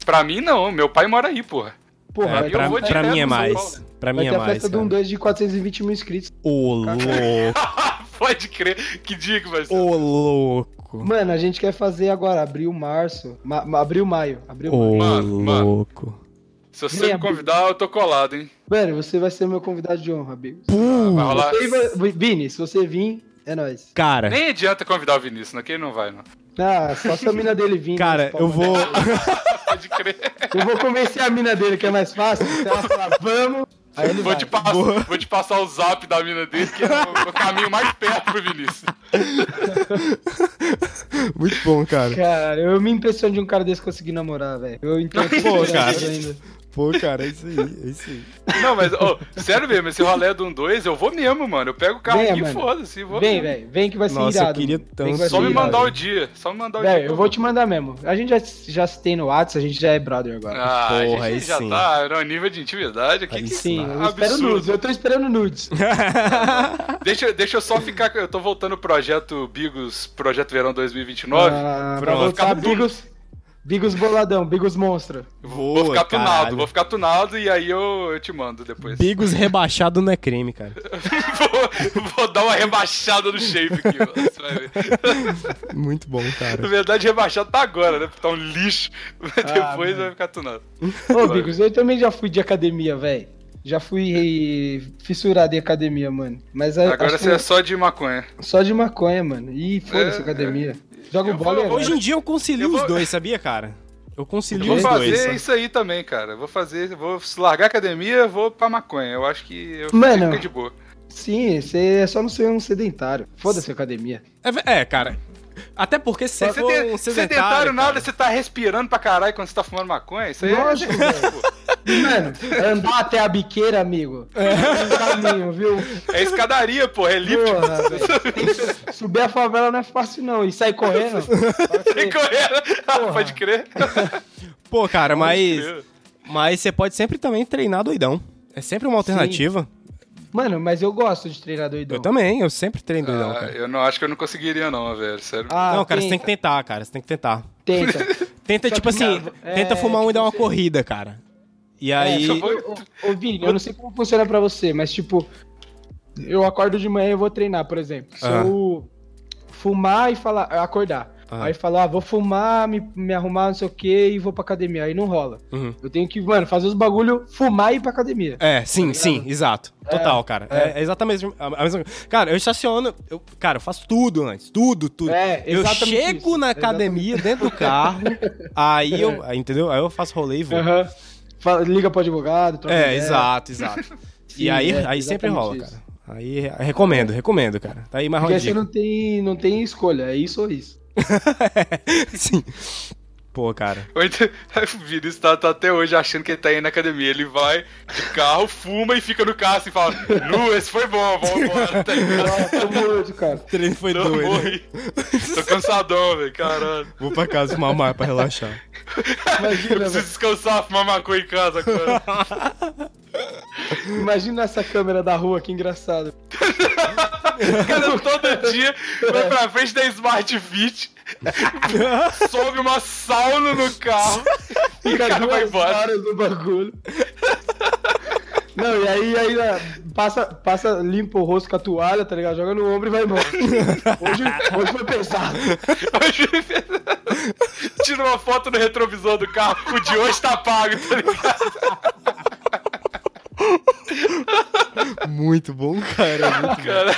[SPEAKER 1] pra mim não, meu pai mora aí, porra.
[SPEAKER 3] Porra,
[SPEAKER 4] é,
[SPEAKER 3] vai,
[SPEAKER 4] pra,
[SPEAKER 1] eu vou
[SPEAKER 4] pra
[SPEAKER 1] direto
[SPEAKER 4] mim é
[SPEAKER 1] no São
[SPEAKER 4] mais.
[SPEAKER 1] Paulo.
[SPEAKER 4] Pra
[SPEAKER 3] vai
[SPEAKER 4] mim
[SPEAKER 3] ter
[SPEAKER 4] é
[SPEAKER 3] a
[SPEAKER 4] mais.
[SPEAKER 3] festa de um
[SPEAKER 4] cara.
[SPEAKER 3] 2 de 420 mil inscritos.
[SPEAKER 4] Ô, louco,
[SPEAKER 1] Pode crer, que dia que vai ser.
[SPEAKER 4] ô, louco.
[SPEAKER 3] Mano, a gente quer fazer agora, abril, março, ma ma- abril, maio, abril, maio.
[SPEAKER 4] Ô,
[SPEAKER 1] Mano, mano.
[SPEAKER 4] louco.
[SPEAKER 1] Se você me
[SPEAKER 3] lembro.
[SPEAKER 1] convidar, eu tô colado, hein?
[SPEAKER 3] Mano, você vai ser meu convidado de honra, Bigos.
[SPEAKER 1] Vai rolar.
[SPEAKER 3] Você vai- Vini, se você vir, é nóis.
[SPEAKER 4] Cara,
[SPEAKER 1] Nem adianta convidar o Vinícius, né? Que ele não vai, não.
[SPEAKER 3] Ah, só se a mina dele vir.
[SPEAKER 4] cara,
[SPEAKER 3] né?
[SPEAKER 4] eu vou.
[SPEAKER 1] Pode crer.
[SPEAKER 3] Eu vou convencer a mina dele, que é mais fácil. Se ela falar, vamos. Aí ele
[SPEAKER 1] Vou
[SPEAKER 3] vai.
[SPEAKER 1] te, passar, vou te passar o zap da mina dele, que é o, o caminho mais perto pro Vinícius.
[SPEAKER 5] Muito bom, cara.
[SPEAKER 3] Cara, eu me impressiono de um cara desse conseguir namorar, velho. Eu entendo.
[SPEAKER 4] Pô, cara.
[SPEAKER 3] Ainda.
[SPEAKER 5] Pô, cara, é isso aí, é isso aí.
[SPEAKER 1] Não, mas, ô, sério mesmo, esse rolê do 1-2, eu vou mesmo, mano. Eu pego o carro
[SPEAKER 3] Venha,
[SPEAKER 1] aqui e
[SPEAKER 3] mano.
[SPEAKER 1] foda-se, vou.
[SPEAKER 3] Vem,
[SPEAKER 1] mesmo.
[SPEAKER 3] velho. Vem que vai ser
[SPEAKER 4] Nossa, eu
[SPEAKER 3] irado.
[SPEAKER 4] queria
[SPEAKER 3] mano.
[SPEAKER 4] tanto
[SPEAKER 3] Vem que vai
[SPEAKER 1] Só
[SPEAKER 3] ser
[SPEAKER 1] me
[SPEAKER 3] irado.
[SPEAKER 1] mandar o dia, só me mandar o dia.
[SPEAKER 3] Velho,
[SPEAKER 1] que
[SPEAKER 3] eu vou te mandar mesmo. A gente já, já se tem no WhatsApp, a gente já é brother agora.
[SPEAKER 1] Ah,
[SPEAKER 4] Porra,
[SPEAKER 1] a
[SPEAKER 4] aí
[SPEAKER 1] gente já
[SPEAKER 4] sim.
[SPEAKER 1] tá no nível de intimidade aqui.
[SPEAKER 4] Aí
[SPEAKER 1] que
[SPEAKER 3] Sim, eu espero nudes.
[SPEAKER 1] absurdo.
[SPEAKER 3] Eu tô esperando nudes.
[SPEAKER 1] Deixa, deixa eu só ficar. Eu tô voltando o projeto Bigos, Projeto Verão 2029.
[SPEAKER 3] Ah, pra
[SPEAKER 1] Pronto.
[SPEAKER 3] voltar,
[SPEAKER 1] Ficar tudo.
[SPEAKER 3] Bigos, Bigos boladão, Bigos monstro.
[SPEAKER 1] vou
[SPEAKER 4] Boa,
[SPEAKER 1] ficar tunado,
[SPEAKER 4] caralho.
[SPEAKER 1] vou ficar tunado e aí eu, eu te mando depois.
[SPEAKER 4] Bigos rebaixado não é creme, cara.
[SPEAKER 1] vou, vou dar uma rebaixada no shape aqui, mano. Você vai ver.
[SPEAKER 5] Muito bom,
[SPEAKER 1] Na
[SPEAKER 5] cara.
[SPEAKER 1] verdade, rebaixado tá agora, né? Porque tá um lixo. Mas
[SPEAKER 3] Ah,
[SPEAKER 1] depois
[SPEAKER 3] mano.
[SPEAKER 1] vai ficar tunado. Vai.
[SPEAKER 3] Ô, Bigos, eu também já fui de academia, velho. Já fui eh, fissurado em academia, mano. Mas a-
[SPEAKER 1] Agora
[SPEAKER 3] acho
[SPEAKER 1] você
[SPEAKER 3] que
[SPEAKER 1] é só de maconha.
[SPEAKER 3] só de maconha, mano. Ih, foda-se
[SPEAKER 1] É,
[SPEAKER 3] academia. Joga
[SPEAKER 1] Eu
[SPEAKER 3] o bola e
[SPEAKER 1] vou-
[SPEAKER 3] é
[SPEAKER 4] Hoje
[SPEAKER 3] nóis.
[SPEAKER 4] em dia eu concilio
[SPEAKER 1] Eu vou-
[SPEAKER 4] os dois, sabia, cara? Eu
[SPEAKER 1] Eu
[SPEAKER 4] concilio
[SPEAKER 1] vou
[SPEAKER 4] os
[SPEAKER 1] fazer
[SPEAKER 4] dois.
[SPEAKER 1] isso aí também, cara. Eu Vou fazer, vou largar a academia, vou pra maconha. Eu acho que eu
[SPEAKER 3] Mano.
[SPEAKER 1] fico de boa.
[SPEAKER 3] Sim, você é só não ser um sedentário. Foda-se academia.
[SPEAKER 4] É, ve- É, cara. Até porque se você
[SPEAKER 1] Você
[SPEAKER 4] for
[SPEAKER 1] tem-
[SPEAKER 4] um
[SPEAKER 1] sedentário,
[SPEAKER 4] sedentário, cara,
[SPEAKER 1] nada, você tá respirando pra caralho quando você tá fumando maconha? Isso aí
[SPEAKER 3] Lógico,
[SPEAKER 1] é...
[SPEAKER 3] velho. Mano, andar até a biqueira, amigo. É um caminho, viu?
[SPEAKER 1] É escadaria, pô, é elíptico.
[SPEAKER 3] Porra, velho. Subir a favela não é fácil, não. E sair correndo.
[SPEAKER 1] Tem correr.
[SPEAKER 3] Porra.
[SPEAKER 1] Pode crer.
[SPEAKER 4] Pô, cara, mas
[SPEAKER 1] crer.
[SPEAKER 4] mas você pode sempre também treinar doidão. É sempre uma alternativa.
[SPEAKER 3] Mano, mas eu gosto de treinar doidão.
[SPEAKER 4] Eu também, eu sempre treino doidão,
[SPEAKER 1] Ah,
[SPEAKER 4] cara.
[SPEAKER 1] eu não acho que eu não conseguiria, não, velho. Sério.
[SPEAKER 3] Ah,
[SPEAKER 4] Não, cara, você tem que tentar, cara, você tem que tentar.
[SPEAKER 3] Tenta.
[SPEAKER 4] Tenta
[SPEAKER 3] Só
[SPEAKER 4] tipo
[SPEAKER 3] que
[SPEAKER 4] assim,
[SPEAKER 3] não, é,
[SPEAKER 4] tenta fumar um e
[SPEAKER 3] tipo
[SPEAKER 4] dar uma
[SPEAKER 3] assim- É,
[SPEAKER 4] corrida, cara. E aí
[SPEAKER 1] só vou-
[SPEAKER 3] Ô, ô, ô, Vini, eu não sei como funciona pra você, mas tipo, eu acordo de manhã e eu vou treinar, por exemplo. Se
[SPEAKER 4] Ah.
[SPEAKER 3] eu fumar e falar, acordar.
[SPEAKER 4] Ah.
[SPEAKER 3] Aí falar, ah, vou fumar, me, me arrumar, não sei o que, e vou pra academia. Aí não rola.
[SPEAKER 4] Uhum.
[SPEAKER 3] Eu tenho que, mano, fazer os bagulho, fumar e ir pra academia.
[SPEAKER 4] É, sim, sim, exato. Total, cara. É, é exatamente a a mesma coisa. Cara, eu estaciono. Eu, cara, eu faço tudo antes. Tudo, tudo.
[SPEAKER 3] É,
[SPEAKER 4] eu
[SPEAKER 3] exatamente
[SPEAKER 4] chego
[SPEAKER 3] isso,
[SPEAKER 4] na academia dentro do carro, aí eu. aí, Entendeu? Aí eu faço rolê e vou.
[SPEAKER 3] Aham. Fala- Liga pro advogado, troca
[SPEAKER 4] É,
[SPEAKER 3] ideia.
[SPEAKER 4] exato, exato.
[SPEAKER 3] Sim,
[SPEAKER 4] e aí,
[SPEAKER 3] é,
[SPEAKER 4] aí sempre
[SPEAKER 3] exatamente
[SPEAKER 4] rola,
[SPEAKER 3] isso.
[SPEAKER 4] cara. Aí re- recomendo, recomendo, cara. Tá aí mais uma
[SPEAKER 3] Porque aí você
[SPEAKER 4] dica.
[SPEAKER 3] não tem, não tem escolha, é isso ou isso.
[SPEAKER 4] Sim. Pô, cara.
[SPEAKER 1] Ou então- O Vinícius tá, tá até hoje achando que ele tá indo na academia. Ele vai de carro, fuma e fica no carro assim, e fala: Nu, esse foi bom, vamos embora. Tá ligado?
[SPEAKER 3] Nossa, tô morto, cara.
[SPEAKER 4] O treino foi
[SPEAKER 1] Não
[SPEAKER 4] doido.
[SPEAKER 1] morri. Tô cansadão, velho, caralho.
[SPEAKER 4] Vou pra casa fumar mais pra relaxar.
[SPEAKER 1] Eu
[SPEAKER 3] Imagina,
[SPEAKER 1] preciso descansar, fumar maconha em casa agora.
[SPEAKER 3] imagina essa câmera da rua, que engraçado.
[SPEAKER 1] cara todo dia vai pra frente da Smart Fit, sobe uma sauna no carro e o
[SPEAKER 3] Fica
[SPEAKER 1] cara vai
[SPEAKER 3] duas
[SPEAKER 1] embora.
[SPEAKER 3] horas no bagulho. Não, e aí ainda passa, passa, limpa o rosto com a toalha, tá ligado? Joga no ombro e vai embora. Hoje, hoje foi pesado.
[SPEAKER 1] Tira uma foto no retrovisor do carro, o de hoje tá pago, tá ligado?
[SPEAKER 5] Muito bom, cara. muito
[SPEAKER 1] Cara,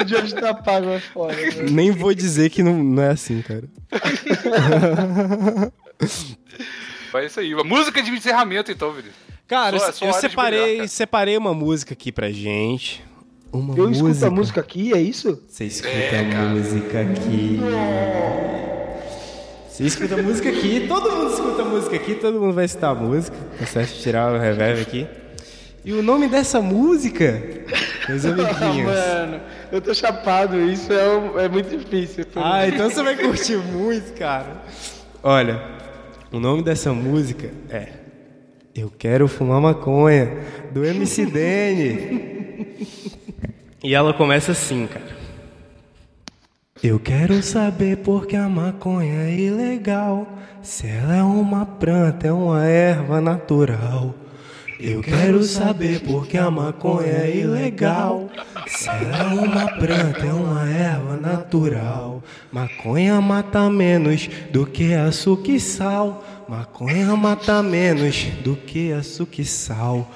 [SPEAKER 3] O dia hoje tá pago, é foda. né?
[SPEAKER 4] Nem vou dizer que não, não é assim, cara.
[SPEAKER 1] Mas é isso aí. Música de encerramento, então, Vinícius.
[SPEAKER 4] Cara,
[SPEAKER 1] Sua-
[SPEAKER 4] eu-
[SPEAKER 1] sua
[SPEAKER 4] eu
[SPEAKER 1] hora de brilhar,
[SPEAKER 4] separei,
[SPEAKER 1] cara.
[SPEAKER 4] separei uma música aqui pra gente. uma
[SPEAKER 3] Eu escuto
[SPEAKER 4] música.
[SPEAKER 3] a música aqui, é isso?
[SPEAKER 4] Você escuta a música aqui. Você escuta a música aqui, todo mundo escuta a música aqui, todo mundo vai escutar a música. Tá certo? Tirar o reverb aqui. E o nome dessa música, meus amiguinhos.
[SPEAKER 3] Ah, mano, eu tô chapado, isso é, um- é muito difícil.
[SPEAKER 4] Ah, então você vai curtir muito, cara. Olha, o nome dessa música é Eu Quero Fumar Maconha, do MC Dene. E ela começa assim, cara. Eu quero saber por que a maconha é ilegal. Se ela é uma planta, é uma erva natural. Eu quero saber por que a maconha é ilegal. Se ela é uma planta, é uma erva natural. Maconha mata menos do que açúcar e sal. Maconha mata menos do que açúcar e sal.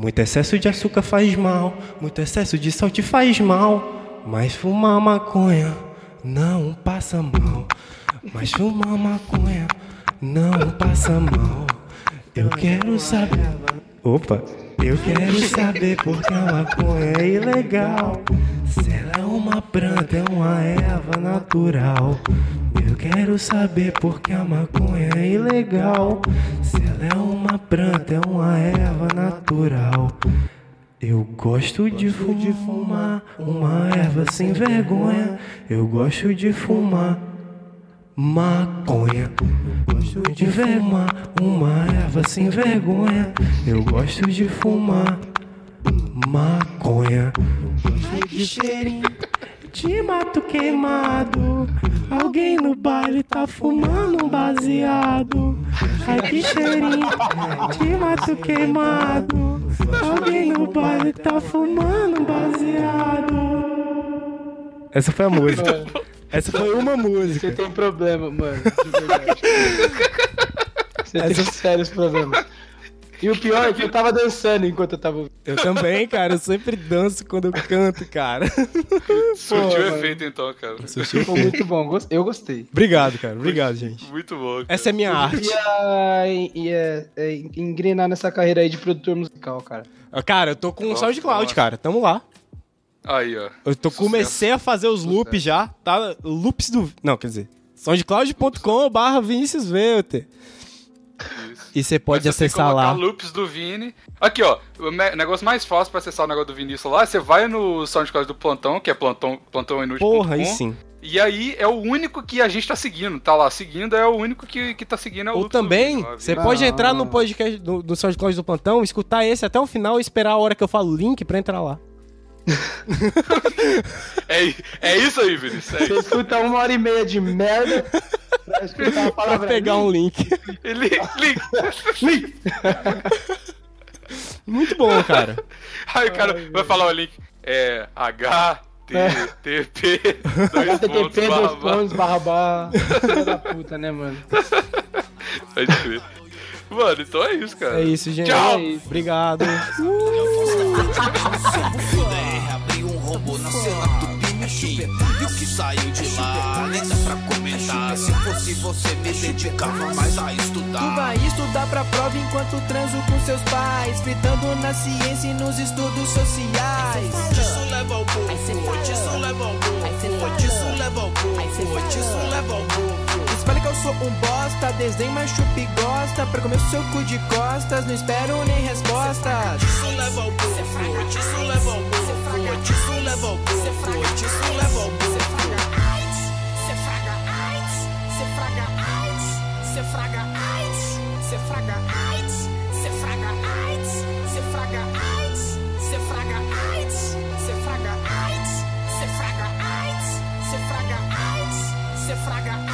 [SPEAKER 4] Muito excesso de açúcar faz mal. Muito excesso de sal te faz mal. Mas fumar maconha não passa mal. Mas fumar maconha não passa mal. Eu quero saber. Opa! Eu quero saber porque a maconha é ilegal. Se ela é uma planta, é uma erva natural. Eu quero saber porque a maconha é ilegal. Se ela é uma planta, é uma erva natural. Eu gosto de fumar uma erva sem vergonha. Eu gosto de fumar maconha. Eu gosto de fumar uma erva sem vergonha. Eu gosto de fumar maconha. Eu gosto de cheirinho de mato queimado. Alguém no baile tá fumando um baseado. Ai que cheirinho de mato queimado. Alguém no baile tá fumando um baseado. Essa foi a música. Essa foi uma música.
[SPEAKER 3] Você tem problema, mano, de verdade. Você tem sérios problemas. E o pior é que eu tava dançando enquanto eu tava ouvindo.
[SPEAKER 4] Eu também, cara. Eu sempre danço quando eu canto, cara.
[SPEAKER 1] Surtiu
[SPEAKER 3] mano.
[SPEAKER 1] efeito então, cara.
[SPEAKER 3] Ficou muito bom, gos- eu gostei.
[SPEAKER 5] Obrigado, cara. Obrigado, gente.
[SPEAKER 1] Muito bom. cara.
[SPEAKER 4] Essa é minha
[SPEAKER 3] Eu
[SPEAKER 4] arte.
[SPEAKER 3] queria ia, é, engrenar nessa carreira aí de produtor musical, cara.
[SPEAKER 4] Cara, eu tô com o
[SPEAKER 1] Nossa,
[SPEAKER 4] SoundCloud,
[SPEAKER 1] nossa.
[SPEAKER 4] cara. Tamo lá.
[SPEAKER 1] Aí, ó.
[SPEAKER 4] Eu tô, comecei a fazer os loops já, tá? Loops do. Não, quer dizer, soundcloud.com/barra Vinícius Welter.
[SPEAKER 1] Isso.
[SPEAKER 4] E você pode
[SPEAKER 1] Você
[SPEAKER 4] acessar
[SPEAKER 1] colocar
[SPEAKER 4] lá.
[SPEAKER 1] loops do Vini. Aqui, ó. O me- negócio mais fácil pra acessar o negócio do Vinícius lá, você vai no SoundCloud do Plantão, que é plantão, plantãoinútil.com.
[SPEAKER 4] Porra, aí sim.
[SPEAKER 1] E aí é o único que a gente tá seguindo. Tá lá seguindo, é o único que, que tá seguindo. É o
[SPEAKER 4] Ou
[SPEAKER 1] loops do
[SPEAKER 4] também,
[SPEAKER 1] Vini, ó,
[SPEAKER 4] você
[SPEAKER 1] Vini.
[SPEAKER 4] pode entrar no podcast do, do SoundCloud do Plantão, escutar esse até o final e esperar a hora que eu falo o link pra entrar lá.
[SPEAKER 1] É, i- é isso aí, Vinícius. É
[SPEAKER 3] Você
[SPEAKER 1] isso.
[SPEAKER 3] escuta uma hora e meia de merda pra escutar a
[SPEAKER 4] Pra
[SPEAKER 3] palavra.
[SPEAKER 4] pegar um link.
[SPEAKER 1] Ele, ele-
[SPEAKER 4] Muito bom, cara.
[SPEAKER 1] aí o cara vai falar o link. É HTTP. dois pontos,
[SPEAKER 3] HTTP,
[SPEAKER 1] barra,
[SPEAKER 3] dois
[SPEAKER 1] barra.
[SPEAKER 3] pontos, barra, barra. Filha da puta, né, mano?
[SPEAKER 1] Pode crer. Mano, então é isso, cara.
[SPEAKER 4] É isso, gente.
[SPEAKER 1] Tchau.
[SPEAKER 4] Obrigado.
[SPEAKER 6] É, abri um robô na cena do Piniquim E o que saiu de lá, nem dá pra comentar Se fosse você, me dedicava mais a
[SPEAKER 7] Tu
[SPEAKER 6] estudar
[SPEAKER 7] vai estudar pra prova enquanto transo com seus pais, fritando na ciência e nos estudos sociais.
[SPEAKER 6] Disso leva ao povo, disso leva ao povo Disso leva ao povo, disso leva ao povo
[SPEAKER 7] Espalha que eu sou um bosta, desenho mais chupi gosta. Pra comer o seu cu de costas, não espero nem respostas.
[SPEAKER 6] Disso leva ao povo, disso leva ao povo Disso leva ao povo, disso leva ao povo
[SPEAKER 8] Você fraga AIDS, você fraga AIDS, você fraga AIDS, você fraga AIDS, você fraga AIDS, você fraga AIDS, você fraga AIDS, você fraga AIDS, você fraga AIDS, você fraga AIDS, você fraga